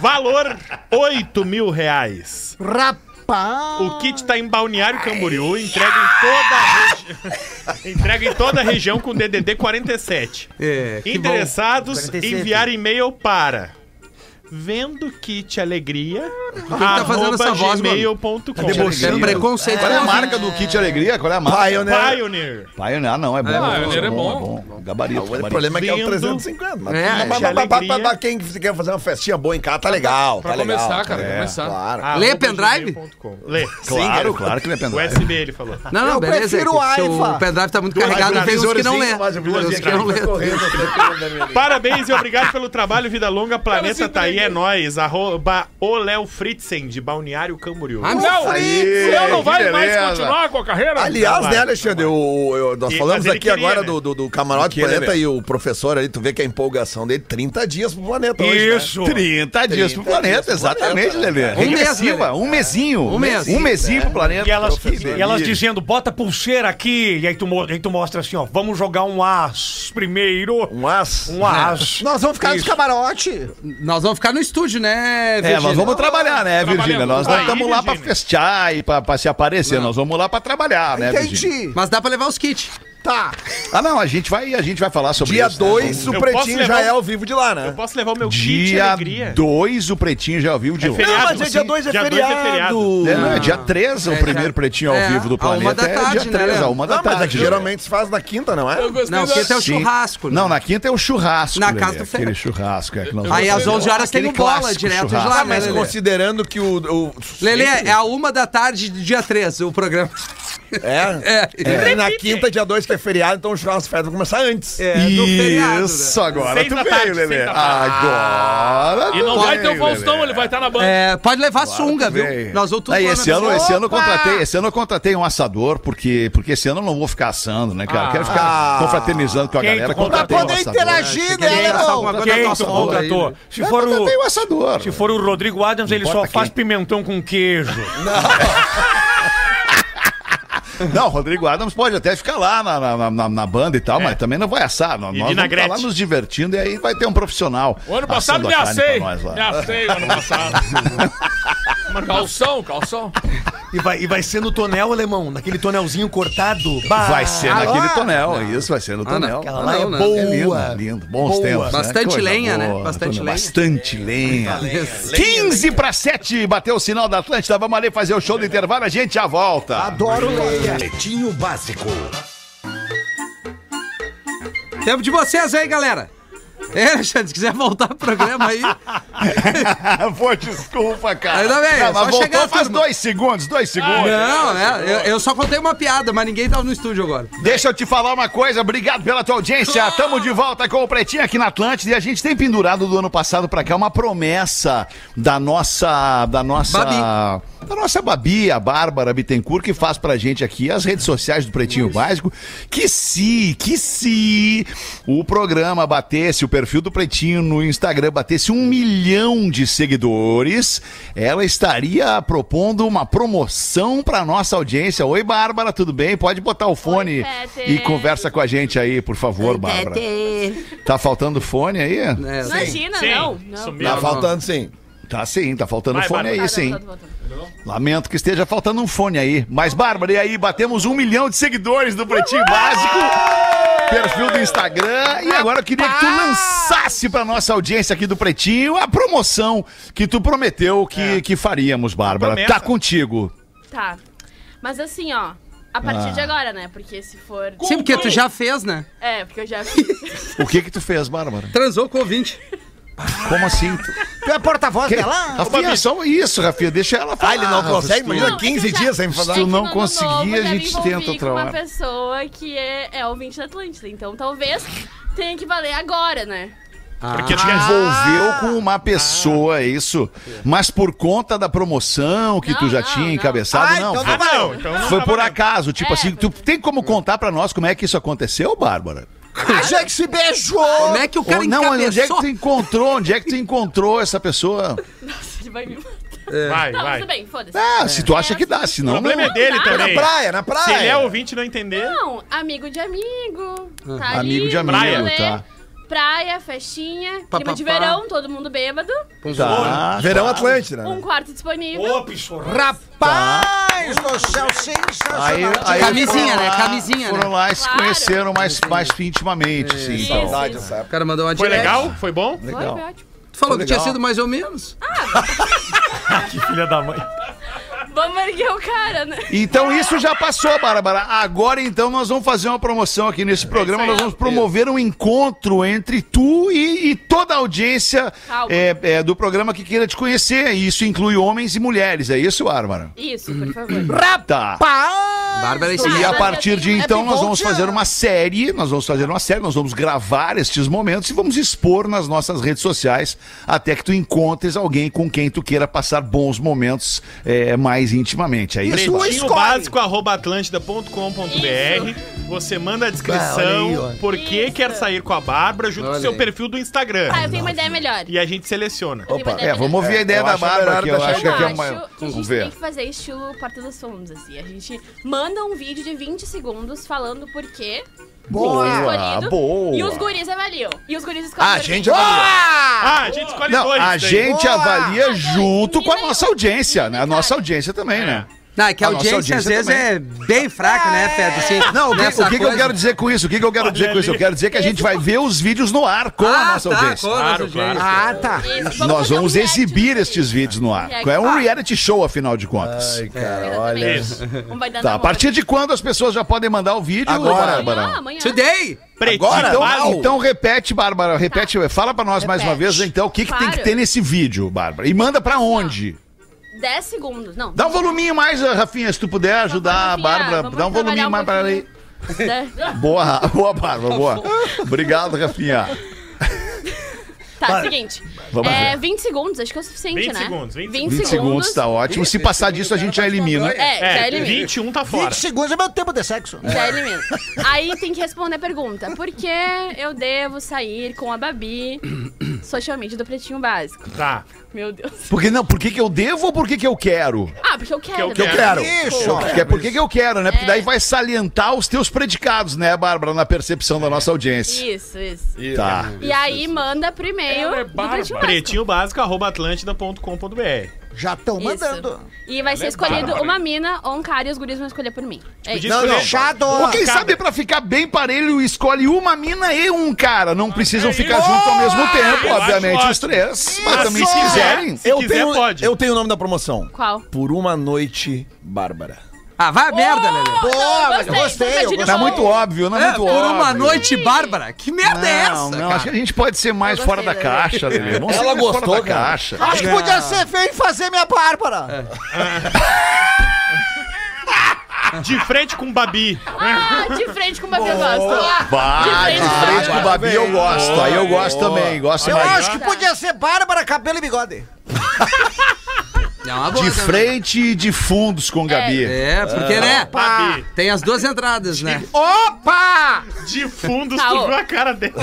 [SPEAKER 9] Valor, 8 mil reais.
[SPEAKER 14] Rapaz!
[SPEAKER 9] O kit tá em Balneário Camboriú, entrega em toda a regi- entrega em toda a região com DDD 47.
[SPEAKER 5] É, que
[SPEAKER 9] Então,
[SPEAKER 5] bom.
[SPEAKER 9] Interessados,
[SPEAKER 5] 47.
[SPEAKER 9] enviar e-mail para vendo kit alegria
[SPEAKER 5] tá fazendo essa voz, mano?
[SPEAKER 9] gmail.com.
[SPEAKER 5] É preconceito.
[SPEAKER 4] Qual é a
[SPEAKER 5] com
[SPEAKER 4] marca do Kit Alegria? Qual é a marca?
[SPEAKER 6] Pioneer.
[SPEAKER 9] Pioneer.
[SPEAKER 4] Pioneer, não, é bom.
[SPEAKER 7] Pioneer é
[SPEAKER 4] Gabarito. gabarito.
[SPEAKER 6] O problema é que é o
[SPEAKER 9] Lindo.
[SPEAKER 6] 350. Mas
[SPEAKER 5] É,
[SPEAKER 6] pra- pra-
[SPEAKER 9] de
[SPEAKER 6] pra- pra-
[SPEAKER 9] alegria.
[SPEAKER 6] pra quem quer fazer uma festinha boa em casa, tá legal.
[SPEAKER 7] Pra
[SPEAKER 6] tá legal.
[SPEAKER 7] começar, cara, começar.
[SPEAKER 6] Claro.
[SPEAKER 9] arroba
[SPEAKER 5] Lê pendrive?
[SPEAKER 9] gmail.com. Lê.
[SPEAKER 4] Claro, claro que não é pendrive.
[SPEAKER 9] USB ele falou.
[SPEAKER 5] Não, não,
[SPEAKER 14] Eu
[SPEAKER 5] beleza. é que
[SPEAKER 14] prefiro o
[SPEAKER 5] seu-
[SPEAKER 14] Aifa.
[SPEAKER 5] O pendrive tá muito carregado,
[SPEAKER 6] Mas o
[SPEAKER 5] tem uns que não lê.
[SPEAKER 6] visorzinho, mas o
[SPEAKER 5] Tem uns
[SPEAKER 6] visorzinho
[SPEAKER 5] que não lê.
[SPEAKER 6] tá correndo, tá correndo, né?
[SPEAKER 9] Parabéns e obrigado pelo trabalho, vida longa,
[SPEAKER 7] se
[SPEAKER 9] planeta tá aí,
[SPEAKER 7] entregou.
[SPEAKER 9] é nóis. Arroba o Léo Fritzen, de Balneário Camboriú.
[SPEAKER 5] Ah,
[SPEAKER 7] Não,
[SPEAKER 6] Aí,
[SPEAKER 7] o Léo não vai
[SPEAKER 4] que
[SPEAKER 7] mais
[SPEAKER 4] beleza.
[SPEAKER 7] continuar com a carreira?
[SPEAKER 6] Aliás,
[SPEAKER 9] Vai,
[SPEAKER 6] né, Alexandre, o- eu- nós
[SPEAKER 9] E- mas
[SPEAKER 6] falamos
[SPEAKER 9] ele
[SPEAKER 6] aqui
[SPEAKER 9] queria,
[SPEAKER 6] agora
[SPEAKER 9] né?
[SPEAKER 6] do, do, do Camarote
[SPEAKER 4] Ele queria,
[SPEAKER 6] Planeta
[SPEAKER 4] né?
[SPEAKER 6] e o professor ali, tu vê que a empolgação dele, 30 dias pro planeta hoje, né?
[SPEAKER 8] Isso.
[SPEAKER 4] 30 dias pro planeta, exatamente, Lelê.
[SPEAKER 5] mês,
[SPEAKER 4] Regressiva,
[SPEAKER 5] Lelê.
[SPEAKER 4] Um mesinho.
[SPEAKER 5] Um mês.
[SPEAKER 4] Um mesinho pro planeta.
[SPEAKER 8] E elas, e elas
[SPEAKER 4] delícia.
[SPEAKER 8] dizendo, bota a pulseira aqui. E aí tu, mo- aí tu mostra assim, ó,
[SPEAKER 13] <laughs>
[SPEAKER 8] vamos jogar um as primeiro.
[SPEAKER 6] Um as.
[SPEAKER 8] Um as.
[SPEAKER 14] Nós vamos ficar nos camarote.
[SPEAKER 5] Nós vamos ficar no estúdio, né,
[SPEAKER 4] É,
[SPEAKER 5] Virgínia?
[SPEAKER 4] nós vamos trabalhar, né, Virgínia? Nós não
[SPEAKER 9] Aí,
[SPEAKER 4] estamos lá pra
[SPEAKER 9] Virgínia.
[SPEAKER 4] festear e pra, pra se aparecer. Nós vamos lá pra trabalhar, né, Virgínia?
[SPEAKER 14] Entendi.
[SPEAKER 5] Mas dá pra levar os kits.
[SPEAKER 14] Tá.
[SPEAKER 4] Ah, não, a gente vai, a gente vai falar sobre
[SPEAKER 6] Dia
[SPEAKER 4] isso. né?
[SPEAKER 6] 2,
[SPEAKER 9] Eu
[SPEAKER 6] o
[SPEAKER 9] posso
[SPEAKER 6] Pretinho
[SPEAKER 9] levar
[SPEAKER 6] já é
[SPEAKER 9] um-
[SPEAKER 6] ao vivo de lá,
[SPEAKER 9] Eu
[SPEAKER 6] né?
[SPEAKER 9] posso levar o meu kit
[SPEAKER 4] Dia
[SPEAKER 9] alegria?
[SPEAKER 4] 2, o Pretinho já ouviu de
[SPEAKER 9] É
[SPEAKER 4] lá.
[SPEAKER 9] feriado,
[SPEAKER 14] Não, mas é dia
[SPEAKER 9] sim.
[SPEAKER 14] 2 é,
[SPEAKER 9] Dia dois é
[SPEAKER 14] feriado.
[SPEAKER 9] feriado.
[SPEAKER 4] É, não, é dia 3 o
[SPEAKER 5] É,
[SPEAKER 4] primeiro
[SPEAKER 5] já-
[SPEAKER 4] Pretinho ao
[SPEAKER 5] é,
[SPEAKER 4] vivo
[SPEAKER 5] à
[SPEAKER 4] do planeta.
[SPEAKER 5] uma da
[SPEAKER 4] é
[SPEAKER 5] tarde,
[SPEAKER 4] dia
[SPEAKER 5] né,
[SPEAKER 4] 3,
[SPEAKER 5] Léo?
[SPEAKER 4] a 1 da
[SPEAKER 6] Não,
[SPEAKER 4] tarde.
[SPEAKER 6] mas é que
[SPEAKER 4] né?
[SPEAKER 6] geralmente se faz na quinta, não é?
[SPEAKER 7] Eu gostei
[SPEAKER 5] Não,
[SPEAKER 7] da-
[SPEAKER 5] porque tem o
[SPEAKER 4] Sim.
[SPEAKER 5] churrasco. né?
[SPEAKER 4] Não, na quinta é o churrasco.
[SPEAKER 5] Na
[SPEAKER 4] Lelê,
[SPEAKER 5] casa do
[SPEAKER 4] Aquele
[SPEAKER 5] Fer-
[SPEAKER 4] churrasco. É que nós
[SPEAKER 5] Aí
[SPEAKER 4] vamos
[SPEAKER 5] às
[SPEAKER 4] fazer.
[SPEAKER 5] 11 horas tem
[SPEAKER 4] Aquele
[SPEAKER 5] o bola
[SPEAKER 4] clássico
[SPEAKER 5] direto de
[SPEAKER 4] churrasco.
[SPEAKER 5] lá,
[SPEAKER 4] Ah,
[SPEAKER 5] né,
[SPEAKER 6] Mas
[SPEAKER 5] Lelê?
[SPEAKER 6] considerando que o. o
[SPEAKER 5] Lelê, é a uma da tarde do dia 3, o programa. <laughs>
[SPEAKER 6] É?
[SPEAKER 5] É, é.
[SPEAKER 6] E Na quinta, dia 2, que é feriado, então o churrasco festa vai começar antes.
[SPEAKER 10] É.
[SPEAKER 5] do É, feriado.
[SPEAKER 4] é Isso,
[SPEAKER 5] né?
[SPEAKER 4] agora
[SPEAKER 9] Seis
[SPEAKER 4] tu
[SPEAKER 9] da
[SPEAKER 4] veio,
[SPEAKER 9] tarde,
[SPEAKER 4] Lelê.
[SPEAKER 9] seis da tarde.
[SPEAKER 4] Agora
[SPEAKER 7] E não
[SPEAKER 4] tu
[SPEAKER 7] vai ter o
[SPEAKER 4] veio,
[SPEAKER 7] Faustão,
[SPEAKER 4] Lelê.
[SPEAKER 7] ele vai estar na banda.
[SPEAKER 5] É, pode levar sunga, viu?
[SPEAKER 4] Vem.
[SPEAKER 5] Nós vamos tudo
[SPEAKER 4] Aí,
[SPEAKER 5] lá na
[SPEAKER 4] esse ano,
[SPEAKER 5] pessoa.
[SPEAKER 4] esse ano eu contratei, esse ano eu contratei um assador porque porque esse ano eu não vou ficar assando, né, cara? Quero ficar confraternizando com a
[SPEAKER 8] Quem
[SPEAKER 4] galera,
[SPEAKER 8] tu contratou?
[SPEAKER 4] contratei um
[SPEAKER 14] Poder
[SPEAKER 4] assador.
[SPEAKER 14] interagir, né,
[SPEAKER 5] Quem
[SPEAKER 14] Alemão?
[SPEAKER 5] alguma coisa
[SPEAKER 8] Quem
[SPEAKER 5] nossa
[SPEAKER 8] tu
[SPEAKER 5] boa aí,
[SPEAKER 8] contratou?
[SPEAKER 5] né?
[SPEAKER 8] Se for
[SPEAKER 4] Eu
[SPEAKER 8] o,
[SPEAKER 4] contratei um assador.
[SPEAKER 8] se for o Rodrigo Adams, ele só
[SPEAKER 4] importa
[SPEAKER 8] faz
[SPEAKER 4] quem.
[SPEAKER 8] pimentão com queijo.
[SPEAKER 15] Ah,
[SPEAKER 4] Não, o Rodrigo Adams pode até ficar lá na, na, na- na banda e tal,
[SPEAKER 7] É.
[SPEAKER 4] mas também não vai assar. Nós, nós vamos
[SPEAKER 9] vinagrete.
[SPEAKER 4] estar lá nos divertindo e aí vai ter um profissional.
[SPEAKER 7] O ano passado
[SPEAKER 4] assando a
[SPEAKER 7] me
[SPEAKER 4] carne
[SPEAKER 7] assei.
[SPEAKER 4] pra nós lá.
[SPEAKER 7] Me assei o ano passado. Calção, calção.
[SPEAKER 8] E vai, e vai ser no tonel, alemão, naquele tonelzinho cortado. Bah,
[SPEAKER 4] Vai ser
[SPEAKER 8] ah,
[SPEAKER 4] naquele
[SPEAKER 8] lá.
[SPEAKER 4] tonel, isso vai
[SPEAKER 5] Ah,
[SPEAKER 4] ser no tonel.
[SPEAKER 8] Aquela lá é
[SPEAKER 4] não.
[SPEAKER 8] boa.
[SPEAKER 4] lindo, lindo. Bons
[SPEAKER 8] Boa.
[SPEAKER 4] tempos. né?
[SPEAKER 5] Bastante
[SPEAKER 4] Coisa
[SPEAKER 5] lenha, né?
[SPEAKER 4] boa,
[SPEAKER 5] Bastante
[SPEAKER 4] tonel.
[SPEAKER 5] lenha. né?
[SPEAKER 4] Bastante lenha.
[SPEAKER 5] É.
[SPEAKER 4] 15 para 7, bateu o sinal da Atlântida. Vamos ali fazer o show do intervalo, a gente já volta.
[SPEAKER 5] Ah,
[SPEAKER 4] <laughs>
[SPEAKER 8] Adoro leia.
[SPEAKER 16] Pretinho básico.
[SPEAKER 5] Tempo de vocês aí, galera. É, Alexandre, se quiser voltar pro programa
[SPEAKER 4] <laughs>
[SPEAKER 5] aí.
[SPEAKER 4] Pô, desculpa, cara.
[SPEAKER 5] Ainda bem,
[SPEAKER 4] Não,
[SPEAKER 5] só
[SPEAKER 4] mas voltou
[SPEAKER 5] chegar,
[SPEAKER 4] faz
[SPEAKER 5] turma.
[SPEAKER 4] dois segundos, dois segundos.
[SPEAKER 5] Não, né? Eu, eu só contei uma piada, mas ninguém tava no estúdio agora.
[SPEAKER 4] Deixa eu te falar uma coisa, obrigado pela tua audiência. Tamo de volta com o Pretinho aqui na Atlântida e a gente tem pendurado do ano passado pra cá uma promessa da nossa da nossa da nossa Babi, a Bárbara Bittencourt que faz pra gente aqui as redes sociais do Pretinho Básico, que se, que se o programa batesse, o perfil do Pretinho no Instagram batesse um milhão de seguidores, ela estaria propondo uma promoção pra nossa audiência. Oi, Bárbara, tudo bem? Pode botar o fone
[SPEAKER 15] Peter.
[SPEAKER 4] e conversa com a gente aí, por favor, Bárbara.
[SPEAKER 13] É.
[SPEAKER 4] Tá faltando fone aí?
[SPEAKER 6] Né?
[SPEAKER 5] É,
[SPEAKER 15] Imagina,
[SPEAKER 9] Sim,
[SPEAKER 15] não. não.
[SPEAKER 9] sumiu.
[SPEAKER 6] Tá
[SPEAKER 5] Não,
[SPEAKER 6] faltando sim.
[SPEAKER 4] Tá sim, tá faltando
[SPEAKER 9] Vai,
[SPEAKER 4] fone
[SPEAKER 9] Bárbara.
[SPEAKER 4] aí, sim.
[SPEAKER 15] Voltando, voltando.
[SPEAKER 4] Lamento que esteja faltando um fone aí. Mas, Bárbara, e aí? Batemos um milhão de seguidores do Pretinho Básico. Perfil do Instagram. E agora eu queria que tu lançasse pra nossa audiência aqui do Pretinho a promoção que tu prometeu que, que faríamos, Bárbara.
[SPEAKER 9] É. promessa.
[SPEAKER 4] Tá contigo.
[SPEAKER 15] Tá. Mas assim, ó. A partir de agora, né? Porque se for.
[SPEAKER 5] Sim, porque tu já fez, né?
[SPEAKER 15] É, porque eu
[SPEAKER 4] <laughs>
[SPEAKER 15] já fiz.
[SPEAKER 4] O que que tu fez, Bárbara?
[SPEAKER 5] Transou com o ouvinte.
[SPEAKER 4] Como assim?
[SPEAKER 6] Ah,
[SPEAKER 8] Tu é porta-voz
[SPEAKER 4] Que...
[SPEAKER 8] dela?
[SPEAKER 4] Rafinha, só isso, Rafinha. Deixa ela falar.
[SPEAKER 6] Ah, ele não consegue?
[SPEAKER 4] Rafa,
[SPEAKER 6] Imagina
[SPEAKER 15] Não, é que
[SPEAKER 6] 15
[SPEAKER 15] eu já-
[SPEAKER 6] dias sem
[SPEAKER 4] Se
[SPEAKER 6] falar.
[SPEAKER 4] tu
[SPEAKER 15] que
[SPEAKER 4] não
[SPEAKER 15] no ano
[SPEAKER 4] conseguir, a
[SPEAKER 15] novo,
[SPEAKER 4] gente
[SPEAKER 15] já me envolvi
[SPEAKER 4] tenta outra
[SPEAKER 15] com uma
[SPEAKER 4] hora.
[SPEAKER 15] pessoa que é, é ouvinte da Atlântida. Então talvez tenha que valer agora, né? <laughs>
[SPEAKER 9] Porque
[SPEAKER 4] te
[SPEAKER 9] tinha
[SPEAKER 4] envolveu com uma pessoa, é isso. Mas por conta da promoção que tu
[SPEAKER 15] Não,
[SPEAKER 4] já
[SPEAKER 15] não,
[SPEAKER 4] tinha
[SPEAKER 15] não.
[SPEAKER 4] encabeçado, não.
[SPEAKER 9] Ah,
[SPEAKER 4] foi,
[SPEAKER 9] não, então não
[SPEAKER 4] foi
[SPEAKER 9] tava
[SPEAKER 4] por
[SPEAKER 9] dentro.
[SPEAKER 4] acaso, tipo
[SPEAKER 15] É,
[SPEAKER 4] assim, tu tem como contar pra nós como é que isso aconteceu, Bárbara?
[SPEAKER 10] Ah,
[SPEAKER 6] Onde é que se beijou?
[SPEAKER 5] Como é que o cara
[SPEAKER 4] Ou não, onde é que
[SPEAKER 5] encabeçou?
[SPEAKER 4] tu encontrou? Onde é que tu encontrou essa pessoa?
[SPEAKER 15] Nossa, ele vai me matar.
[SPEAKER 9] Vai,
[SPEAKER 15] Não, tudo
[SPEAKER 9] vai.
[SPEAKER 15] bem, foda-se.
[SPEAKER 4] Ah, se tu acha que dá, se
[SPEAKER 9] O
[SPEAKER 4] não,
[SPEAKER 9] problema é
[SPEAKER 4] não.
[SPEAKER 9] dele também.
[SPEAKER 6] Praia, na praia.
[SPEAKER 9] Se ele é ouvinte e não entender,
[SPEAKER 15] Não, amigo de amigo. Tá
[SPEAKER 4] Amigo
[SPEAKER 15] ali,
[SPEAKER 4] de amigo,
[SPEAKER 15] praia. rolê,
[SPEAKER 4] tá.
[SPEAKER 15] Praia, festinha,
[SPEAKER 5] Pá,
[SPEAKER 15] clima
[SPEAKER 5] pá,
[SPEAKER 15] de
[SPEAKER 5] pá.
[SPEAKER 15] verão, todo mundo bêbado.
[SPEAKER 4] Tá.
[SPEAKER 6] Verão Atlântida, né?
[SPEAKER 15] Um quarto disponível.
[SPEAKER 17] Ô, pichorra.
[SPEAKER 8] Rapaz do céu, sensacional.
[SPEAKER 4] Aí- aí
[SPEAKER 5] Camisinha,
[SPEAKER 4] foram
[SPEAKER 5] né?
[SPEAKER 4] lá-
[SPEAKER 5] Camisinha,
[SPEAKER 4] é tá? Foram
[SPEAKER 5] né?
[SPEAKER 4] lá e se
[SPEAKER 15] Claro.
[SPEAKER 4] conheceram mais, mais intimamente, sim.
[SPEAKER 15] Isso.
[SPEAKER 4] Então.
[SPEAKER 6] Saudade dessa
[SPEAKER 5] O
[SPEAKER 6] época.
[SPEAKER 5] cara mandou uma
[SPEAKER 9] foi
[SPEAKER 5] direct.
[SPEAKER 9] legal? Foi bom?
[SPEAKER 15] Foi, foi ótimo.
[SPEAKER 5] Tu falou que tinha
[SPEAKER 6] legal.
[SPEAKER 5] sido mais ou menos.
[SPEAKER 17] Que filha da mãe.
[SPEAKER 15] Vamos erguer o cara, né?
[SPEAKER 4] Então isso já passou, Bárbara. Agora então nós vamos fazer uma promoção aqui nesse programa. Nós vamos promover um encontro entre tu e, e toda a audiência
[SPEAKER 15] Calma.
[SPEAKER 4] é, é, do programa que queira te conhecer. E isso inclui homens e mulheres, é isso, Bárbara?
[SPEAKER 15] Isso, por
[SPEAKER 4] <coughs>
[SPEAKER 15] favor.
[SPEAKER 4] Rapta! Ah,
[SPEAKER 5] Bárbara, esse
[SPEAKER 4] E a
[SPEAKER 15] Bárbara,
[SPEAKER 4] partir de
[SPEAKER 15] eu tenho-
[SPEAKER 4] então
[SPEAKER 8] Happy
[SPEAKER 4] nós vamos
[SPEAKER 8] Volta.
[SPEAKER 4] fazer uma série, nós vamos fazer uma série, nós vamos gravar estes momentos e vamos expor nas nossas redes sociais até que tu encontres alguém com quem tu queira passar bons momentos é, mais intimamente. É isso? Bárbara?
[SPEAKER 9] Pretinho básico, arroba atlântida.com.br. Você manda a
[SPEAKER 8] Ah, olha
[SPEAKER 9] descrição
[SPEAKER 8] aí, ó.
[SPEAKER 9] por que
[SPEAKER 15] Isso.
[SPEAKER 9] quer sair com a Bárbara junto
[SPEAKER 5] Olha
[SPEAKER 9] com o seu
[SPEAKER 5] aí.
[SPEAKER 9] perfil do Instagram.
[SPEAKER 15] Ah, eu tenho uma ideia melhor.
[SPEAKER 9] E a gente seleciona.
[SPEAKER 15] Eu tenho uma ideia
[SPEAKER 4] É,
[SPEAKER 15] melhor.
[SPEAKER 4] vamos ouvir a ideia
[SPEAKER 6] Eu
[SPEAKER 4] da
[SPEAKER 6] acho
[SPEAKER 4] Bárbara,
[SPEAKER 6] melhor
[SPEAKER 4] que eu
[SPEAKER 6] deixar
[SPEAKER 4] acho que
[SPEAKER 15] Eu
[SPEAKER 4] é
[SPEAKER 15] acho
[SPEAKER 4] uma.
[SPEAKER 15] que a
[SPEAKER 4] Vamos
[SPEAKER 15] gente
[SPEAKER 4] ver.
[SPEAKER 15] tem que fazer estilo Porta dos Fundos, assim. A gente manda um vídeo de 20 segundos falando por quê.
[SPEAKER 4] Boa,
[SPEAKER 15] quem foi escolhido,
[SPEAKER 4] Ah,
[SPEAKER 15] Ah,
[SPEAKER 4] boa.
[SPEAKER 15] E os guris avaliam. E os guris escolhem.
[SPEAKER 6] Ah,
[SPEAKER 15] por
[SPEAKER 6] gente,
[SPEAKER 15] quê.
[SPEAKER 9] Ah, a gente escolhe
[SPEAKER 4] Não,
[SPEAKER 9] dois.
[SPEAKER 4] a
[SPEAKER 9] daí.
[SPEAKER 4] gente
[SPEAKER 6] Boa!
[SPEAKER 4] avalia junto com a nossa audiência, né? A
[SPEAKER 15] Verdade.
[SPEAKER 4] nossa audiência também, né?
[SPEAKER 5] Não, é que a
[SPEAKER 4] A nossa
[SPEAKER 5] audiência, às
[SPEAKER 4] audiência
[SPEAKER 5] vezes é bem fraca, né, Pedro? Assim,
[SPEAKER 4] Não, o que,
[SPEAKER 5] nessa
[SPEAKER 4] o que que eu
[SPEAKER 5] coisa.
[SPEAKER 4] quero dizer com isso? O que, que eu quero dizer com isso? Eu quero dizer que a gente vai ver os vídeos no ar com a
[SPEAKER 5] Ah,
[SPEAKER 4] nossa
[SPEAKER 5] tá,
[SPEAKER 4] audiência.
[SPEAKER 5] com a nossa
[SPEAKER 9] Claro, claro.
[SPEAKER 5] audiência.
[SPEAKER 8] Ah, tá.
[SPEAKER 15] Isso,
[SPEAKER 4] Nós
[SPEAKER 15] fazer um
[SPEAKER 4] vamos
[SPEAKER 15] react
[SPEAKER 4] exibir
[SPEAKER 15] dos
[SPEAKER 4] estes vídeos no ar.
[SPEAKER 15] React.
[SPEAKER 4] É um reality show, afinal de contas.
[SPEAKER 15] Exatamente.
[SPEAKER 6] olha.
[SPEAKER 9] Isso.
[SPEAKER 15] Não vai dar
[SPEAKER 4] Tá,
[SPEAKER 15] na
[SPEAKER 4] a partir de quando as pessoas já podem mandar o vídeo,
[SPEAKER 6] Agora.
[SPEAKER 15] hora.
[SPEAKER 4] Bárbara?
[SPEAKER 15] Amanhã, amanhã.
[SPEAKER 5] Today!
[SPEAKER 9] Pretinho
[SPEAKER 6] Agora?
[SPEAKER 9] básico.
[SPEAKER 6] Uau.
[SPEAKER 4] Então repete, Bárbara, repete, fala pra nós mais uma
[SPEAKER 15] Tá. Repete.
[SPEAKER 4] vez, então, o que, que tem que
[SPEAKER 15] Claro. Assim,
[SPEAKER 4] ter nesse vídeo, Bárbara? E manda pra onde?
[SPEAKER 15] 10 segundos. Não.
[SPEAKER 4] Dá um voluminho mais, Rafinha, se tu puder ajudar a
[SPEAKER 15] Vamos, Rafinha,
[SPEAKER 4] Bárbara.
[SPEAKER 15] vamos
[SPEAKER 4] Dá um voluminho
[SPEAKER 15] trabalhar
[SPEAKER 4] mais pra
[SPEAKER 15] pouquinho.
[SPEAKER 4] ali. <laughs> Boa, boa, Bárbara,
[SPEAKER 15] <laughs>
[SPEAKER 4] boa. Obrigado, Rafinha.
[SPEAKER 15] Tá, seguinte.
[SPEAKER 4] Vamos
[SPEAKER 15] é,
[SPEAKER 4] ver.
[SPEAKER 15] 20 segundos, acho que é o suficiente,
[SPEAKER 9] 20
[SPEAKER 15] né?
[SPEAKER 9] segundos, 20
[SPEAKER 4] 20 segundos tá ótimo. Se passar disso, a gente já elimina.
[SPEAKER 15] É, já
[SPEAKER 9] É,
[SPEAKER 15] elimina.
[SPEAKER 9] 21 tá
[SPEAKER 8] 20
[SPEAKER 9] fora.
[SPEAKER 8] segundos é meu tempo de sexo.
[SPEAKER 15] Já elimina. Aí tem que responder a pergunta. Por que eu devo sair com a Babi? Social media do Pretinho Básico.
[SPEAKER 9] Tá.
[SPEAKER 15] Meu Deus.
[SPEAKER 4] Porque não, por que, que eu devo ou por que, que eu quero?
[SPEAKER 15] Ah, porque eu quero.
[SPEAKER 9] Que eu
[SPEAKER 15] né?
[SPEAKER 9] quero.
[SPEAKER 8] Isso.
[SPEAKER 4] Porque é por que, que eu quero, né? Porque daí vai salientar os teus predicados, né, Bárbara, na percepção da nossa audiência.
[SPEAKER 15] Isso, É. isso.
[SPEAKER 4] Tá.
[SPEAKER 15] E aí manda pro e-mail do Pretinho Básico.
[SPEAKER 9] Pretinho básico, arroba atlântida.com.br.
[SPEAKER 10] Já estão mandando.
[SPEAKER 15] E vai ser
[SPEAKER 9] é
[SPEAKER 15] escolhido uma mina ou um cara e os guris vão escolher por mim. É isso.
[SPEAKER 10] Não, não. Chato.
[SPEAKER 4] Ou quem sabe é pra ficar bem parelho, escolhe uma mina e um cara. Não precisam ficar juntos ao mesmo tempo,
[SPEAKER 7] Eu
[SPEAKER 4] obviamente,
[SPEAKER 7] acho
[SPEAKER 4] os três. Mas também se
[SPEAKER 7] Isso.
[SPEAKER 4] quiserem.
[SPEAKER 7] Se
[SPEAKER 6] eu
[SPEAKER 7] quiser,
[SPEAKER 6] tenho,
[SPEAKER 7] pode.
[SPEAKER 6] Eu tenho o nome da promoção.
[SPEAKER 15] Qual?
[SPEAKER 6] Por uma noite, Bárbara.
[SPEAKER 5] Ah, vai a merda, Lelê.
[SPEAKER 10] Boa, mas
[SPEAKER 15] gostei,
[SPEAKER 10] eu gostei. Eu
[SPEAKER 15] Trocadilho
[SPEAKER 10] gostei.
[SPEAKER 4] Tá muito óbvio, não é,
[SPEAKER 5] É,
[SPEAKER 4] muito
[SPEAKER 5] por
[SPEAKER 4] óbvio.
[SPEAKER 5] uma noite, Bárbara. Que merda é essa,
[SPEAKER 4] Não, não,
[SPEAKER 5] cara?
[SPEAKER 4] acho que a gente pode ser mais
[SPEAKER 15] Eu
[SPEAKER 4] fora da
[SPEAKER 15] gostei, né?
[SPEAKER 4] caixa, Lelê. Vamos ser
[SPEAKER 6] Ela
[SPEAKER 4] mais fora
[SPEAKER 6] gostou,
[SPEAKER 4] da
[SPEAKER 6] cara.
[SPEAKER 4] caixa.
[SPEAKER 10] Acho que podia ser feio e fazer minha
[SPEAKER 6] É.
[SPEAKER 10] Bárbara.
[SPEAKER 9] De frente com o Babi.
[SPEAKER 15] Ah, de frente com o Babi eu gosto.
[SPEAKER 4] Vai,
[SPEAKER 15] De frente
[SPEAKER 4] de
[SPEAKER 15] com
[SPEAKER 4] frente com o Babi eu gosto. Aí eu gosto também, gosto
[SPEAKER 10] Eu
[SPEAKER 4] mais.
[SPEAKER 10] acho que podia ser Bárbara, cabelo e bigode.
[SPEAKER 5] É uma boa
[SPEAKER 4] De
[SPEAKER 5] também.
[SPEAKER 4] frente e de fundos com o Gabi.
[SPEAKER 5] É,
[SPEAKER 4] Ah.
[SPEAKER 5] porque, né?
[SPEAKER 9] Babi.
[SPEAKER 5] Tem as duas entradas, né?
[SPEAKER 10] Opa!
[SPEAKER 9] De fundo,
[SPEAKER 15] Tá,
[SPEAKER 9] tu
[SPEAKER 15] ô.
[SPEAKER 9] viu a cara dela.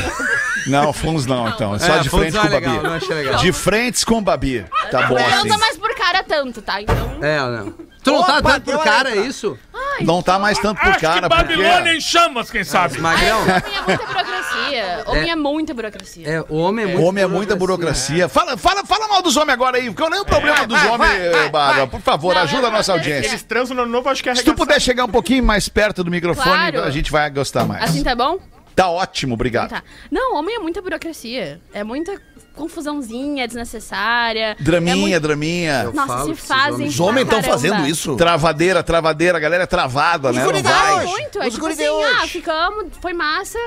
[SPEAKER 4] Não, fundos não, então. É só
[SPEAKER 5] É,
[SPEAKER 4] de
[SPEAKER 5] foi
[SPEAKER 4] frente com o
[SPEAKER 5] legal, Não
[SPEAKER 4] Babi.
[SPEAKER 5] achei legal.
[SPEAKER 4] De frentes com o Babi. Tá bom
[SPEAKER 15] Não
[SPEAKER 4] assim.
[SPEAKER 15] anda mais por cara tanto, tá? Então.
[SPEAKER 5] É, não. Tu não tá
[SPEAKER 10] Opa,
[SPEAKER 5] dando
[SPEAKER 10] deu
[SPEAKER 5] pro
[SPEAKER 10] a
[SPEAKER 5] cara, é
[SPEAKER 10] letra.
[SPEAKER 5] isso?
[SPEAKER 4] Não tá mais tanto pro
[SPEAKER 7] Acho que
[SPEAKER 4] cara,
[SPEAKER 7] Babilônia
[SPEAKER 4] porque...
[SPEAKER 7] em chamas, quem sabe?
[SPEAKER 5] Magrão?
[SPEAKER 15] Homem é muita burocracia. Homem é muita burocracia.
[SPEAKER 5] É, o homem é muito.
[SPEAKER 4] Homem é muita burocracia.
[SPEAKER 15] É.
[SPEAKER 4] Fala, fala, fala mal dos homens agora aí, porque eu nem o problema dos homens, Bárbara. Por favor,
[SPEAKER 15] Não,
[SPEAKER 4] ajuda a
[SPEAKER 15] não,
[SPEAKER 4] nossa
[SPEAKER 15] não,
[SPEAKER 4] audiência.
[SPEAKER 9] Eles transam no ano novo, acho que é
[SPEAKER 4] Se tu puder chegar um pouquinho mais perto do microfone,
[SPEAKER 15] Claro.
[SPEAKER 4] a gente vai gostar mais.
[SPEAKER 15] Assim tá bom?
[SPEAKER 4] Tá ótimo,
[SPEAKER 5] Ah.
[SPEAKER 4] obrigado.
[SPEAKER 15] Tá. Não, homem é muita burocracia. É muita confusãozinha é desnecessária.
[SPEAKER 4] Draminha,
[SPEAKER 15] é muito-
[SPEAKER 4] draminha.
[SPEAKER 15] Nossa,
[SPEAKER 5] falo
[SPEAKER 15] se
[SPEAKER 5] que esses
[SPEAKER 15] fazem.
[SPEAKER 5] homens-
[SPEAKER 6] Os homens
[SPEAKER 15] pra
[SPEAKER 6] estão fazendo
[SPEAKER 15] caramba.
[SPEAKER 6] isso?
[SPEAKER 4] Travadeira, travadeira, a galera é travada, né? Não
[SPEAKER 10] guri da
[SPEAKER 4] vai.
[SPEAKER 10] hoje.
[SPEAKER 15] Muito, é
[SPEAKER 10] Os
[SPEAKER 15] tipo
[SPEAKER 10] guri de
[SPEAKER 15] assim, ah,
[SPEAKER 10] hoje.
[SPEAKER 15] ficamos, foi massa.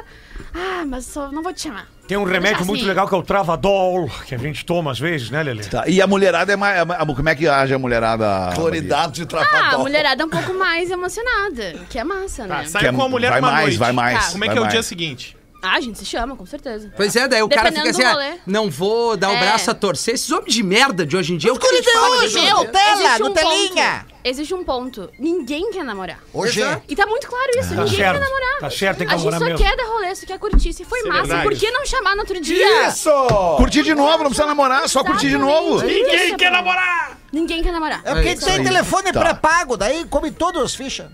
[SPEAKER 15] Ah, mas só não vou te chamar.
[SPEAKER 8] Tem um
[SPEAKER 15] Assim.
[SPEAKER 8] remédio muito legal que é o Travadol, que a gente toma às vezes, né, Lelê?
[SPEAKER 4] Tá, E a mulherada é mais. a- a- Como é que age a mulherada?
[SPEAKER 6] Cloridato de
[SPEAKER 15] Ah, a
[SPEAKER 6] travadol.
[SPEAKER 15] mulherada é um pouco mais emocionada, que é massa, né?
[SPEAKER 9] Tá,
[SPEAKER 4] Babi? Que
[SPEAKER 9] sai
[SPEAKER 4] é-
[SPEAKER 9] com a mulher
[SPEAKER 4] vai
[SPEAKER 9] uma
[SPEAKER 4] mais,
[SPEAKER 9] noite.
[SPEAKER 4] vai mais.
[SPEAKER 15] Tá.
[SPEAKER 9] Como é
[SPEAKER 4] vai
[SPEAKER 9] que é o
[SPEAKER 4] mais.
[SPEAKER 9] dia seguinte?
[SPEAKER 15] Ah, a gente se chama, com certeza.
[SPEAKER 5] Pois é, daí o cara fica
[SPEAKER 15] Dependendo
[SPEAKER 5] assim,
[SPEAKER 15] do
[SPEAKER 5] ah,
[SPEAKER 15] rolê.
[SPEAKER 5] não vou dar o
[SPEAKER 15] É.
[SPEAKER 5] braço a torcer. Esses homens de merda de hoje em dia. o que
[SPEAKER 10] guri
[SPEAKER 5] eles
[SPEAKER 10] de
[SPEAKER 5] falam,
[SPEAKER 10] hoje,
[SPEAKER 5] meu
[SPEAKER 10] meu.
[SPEAKER 5] Deus?
[SPEAKER 10] Nutella,
[SPEAKER 15] existe
[SPEAKER 10] Nutelinha.
[SPEAKER 15] ponto. Existe um ponto. Ninguém quer namorar.
[SPEAKER 10] Hoje é.
[SPEAKER 15] E tá muito claro isso, ninguém
[SPEAKER 8] certo,
[SPEAKER 15] quer namorar.
[SPEAKER 8] tá certo, tem que
[SPEAKER 15] A gente
[SPEAKER 8] namorar
[SPEAKER 15] só
[SPEAKER 8] mesmo.
[SPEAKER 15] quer dar rolê, só quer curtir. Se foi
[SPEAKER 9] Isso é
[SPEAKER 15] massa,
[SPEAKER 9] verdade.
[SPEAKER 15] por que não chamar no outro dia?
[SPEAKER 4] Curtir de novo, não precisa namorar, só curtir de novo.
[SPEAKER 15] Exatamente.
[SPEAKER 9] Ninguém
[SPEAKER 15] Isso,
[SPEAKER 9] quer
[SPEAKER 15] Bruno.
[SPEAKER 9] namorar!
[SPEAKER 15] Ninguém quer namorar.
[SPEAKER 10] É porque
[SPEAKER 5] isso
[SPEAKER 10] tem
[SPEAKER 5] aí.
[SPEAKER 10] telefone
[SPEAKER 4] Tá.
[SPEAKER 10] pré-pago, daí come todas as fichas.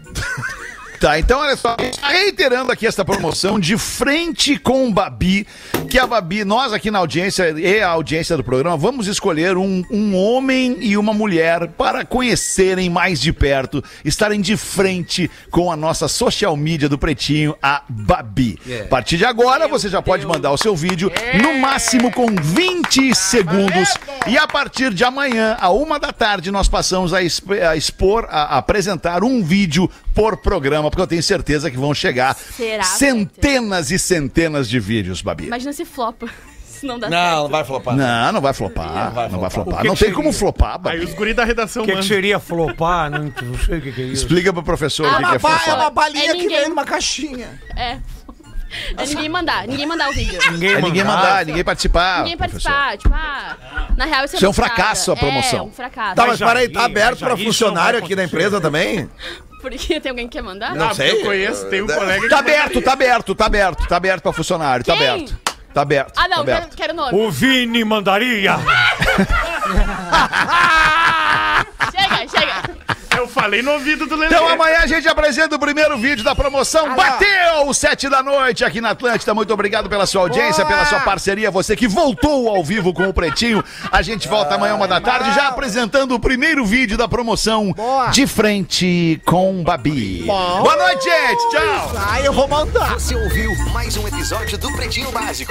[SPEAKER 4] Tá, então olha só, reiterando aqui esta promoção de frente com o Babi, que a Babi, nós aqui na audiência e a audiência do programa, vamos escolher um, um homem e uma mulher para conhecerem mais de perto, estarem de frente com a nossa social media do Pretinho, a Babi.
[SPEAKER 5] Yeah.
[SPEAKER 4] A partir de agora, você já pode mandar o seu vídeo, no máximo com 20 segundos. E a partir de amanhã, a uma da tarde, nós passamos a, exp- a expor, a, a apresentar um vídeo por programa, porque eu tenho certeza que vão chegar
[SPEAKER 15] Será,
[SPEAKER 4] centenas e centenas de vídeos, Babi.
[SPEAKER 15] Imagina se <laughs> flopa. Se não dá
[SPEAKER 18] Não, não vai flopar.
[SPEAKER 4] Não, não vai flopar. Não vai flopar. Não, tem como flopar,
[SPEAKER 9] Aí
[SPEAKER 4] Babi.
[SPEAKER 9] os guri da redação,
[SPEAKER 8] O que, é que
[SPEAKER 9] mano.
[SPEAKER 8] seria flopar? Não, não sei o que, que é isso.
[SPEAKER 4] Explica pro professor o que, que é
[SPEAKER 10] Ba- é
[SPEAKER 4] flopar.
[SPEAKER 10] uma balinha
[SPEAKER 15] É
[SPEAKER 10] que
[SPEAKER 15] ninguém.
[SPEAKER 10] vem numa caixinha.
[SPEAKER 15] certo. É. É ninguém mandar, ninguém mandar o vídeo.
[SPEAKER 4] É ninguém mandar, ninguém participar.
[SPEAKER 15] ninguém
[SPEAKER 4] professor.
[SPEAKER 15] participar, tipo, ah, na real isso é
[SPEAKER 4] Isso é um
[SPEAKER 15] buscada.
[SPEAKER 4] fracasso, a promoção.
[SPEAKER 15] É, um fracasso.
[SPEAKER 6] Tá, mas
[SPEAKER 8] já
[SPEAKER 6] peraí,
[SPEAKER 8] vi,
[SPEAKER 6] tá aberto
[SPEAKER 8] mas já
[SPEAKER 6] pra
[SPEAKER 8] vi,
[SPEAKER 6] funcionário
[SPEAKER 8] isso não
[SPEAKER 6] aqui da empresa também?
[SPEAKER 15] Porque <laughs> tem alguém que quer mandar?
[SPEAKER 9] Ah, porque Eu conheço,
[SPEAKER 8] É.
[SPEAKER 9] tem um colega que
[SPEAKER 4] Tá aberto, tá aberto, tá aberto, tá aberto pra funcionário, tá
[SPEAKER 15] Quem?
[SPEAKER 4] aberto. Tá aberto.
[SPEAKER 15] Ah, não,
[SPEAKER 4] tá aberto.
[SPEAKER 15] quero, quero nome.
[SPEAKER 8] O Vini mandaria!
[SPEAKER 4] Um.
[SPEAKER 15] Chega, chega.
[SPEAKER 9] Eu falei no ouvido do Lelê.
[SPEAKER 4] Então amanhã a gente apresenta o primeiro vídeo da
[SPEAKER 15] Ah,
[SPEAKER 4] promoção. Bateu sete da noite aqui na Atlântida. Muito obrigado pela sua audiência, pela sua parceria. Você que voltou ao vivo com o Pretinho. A gente volta amanhã uma da tarde já apresentando o primeiro vídeo da promoção de frente com Babi. Boa noite, gente. Tchau.
[SPEAKER 10] Aí eu vou mandar.
[SPEAKER 19] Você ouviu mais um episódio do Pretinho Básico.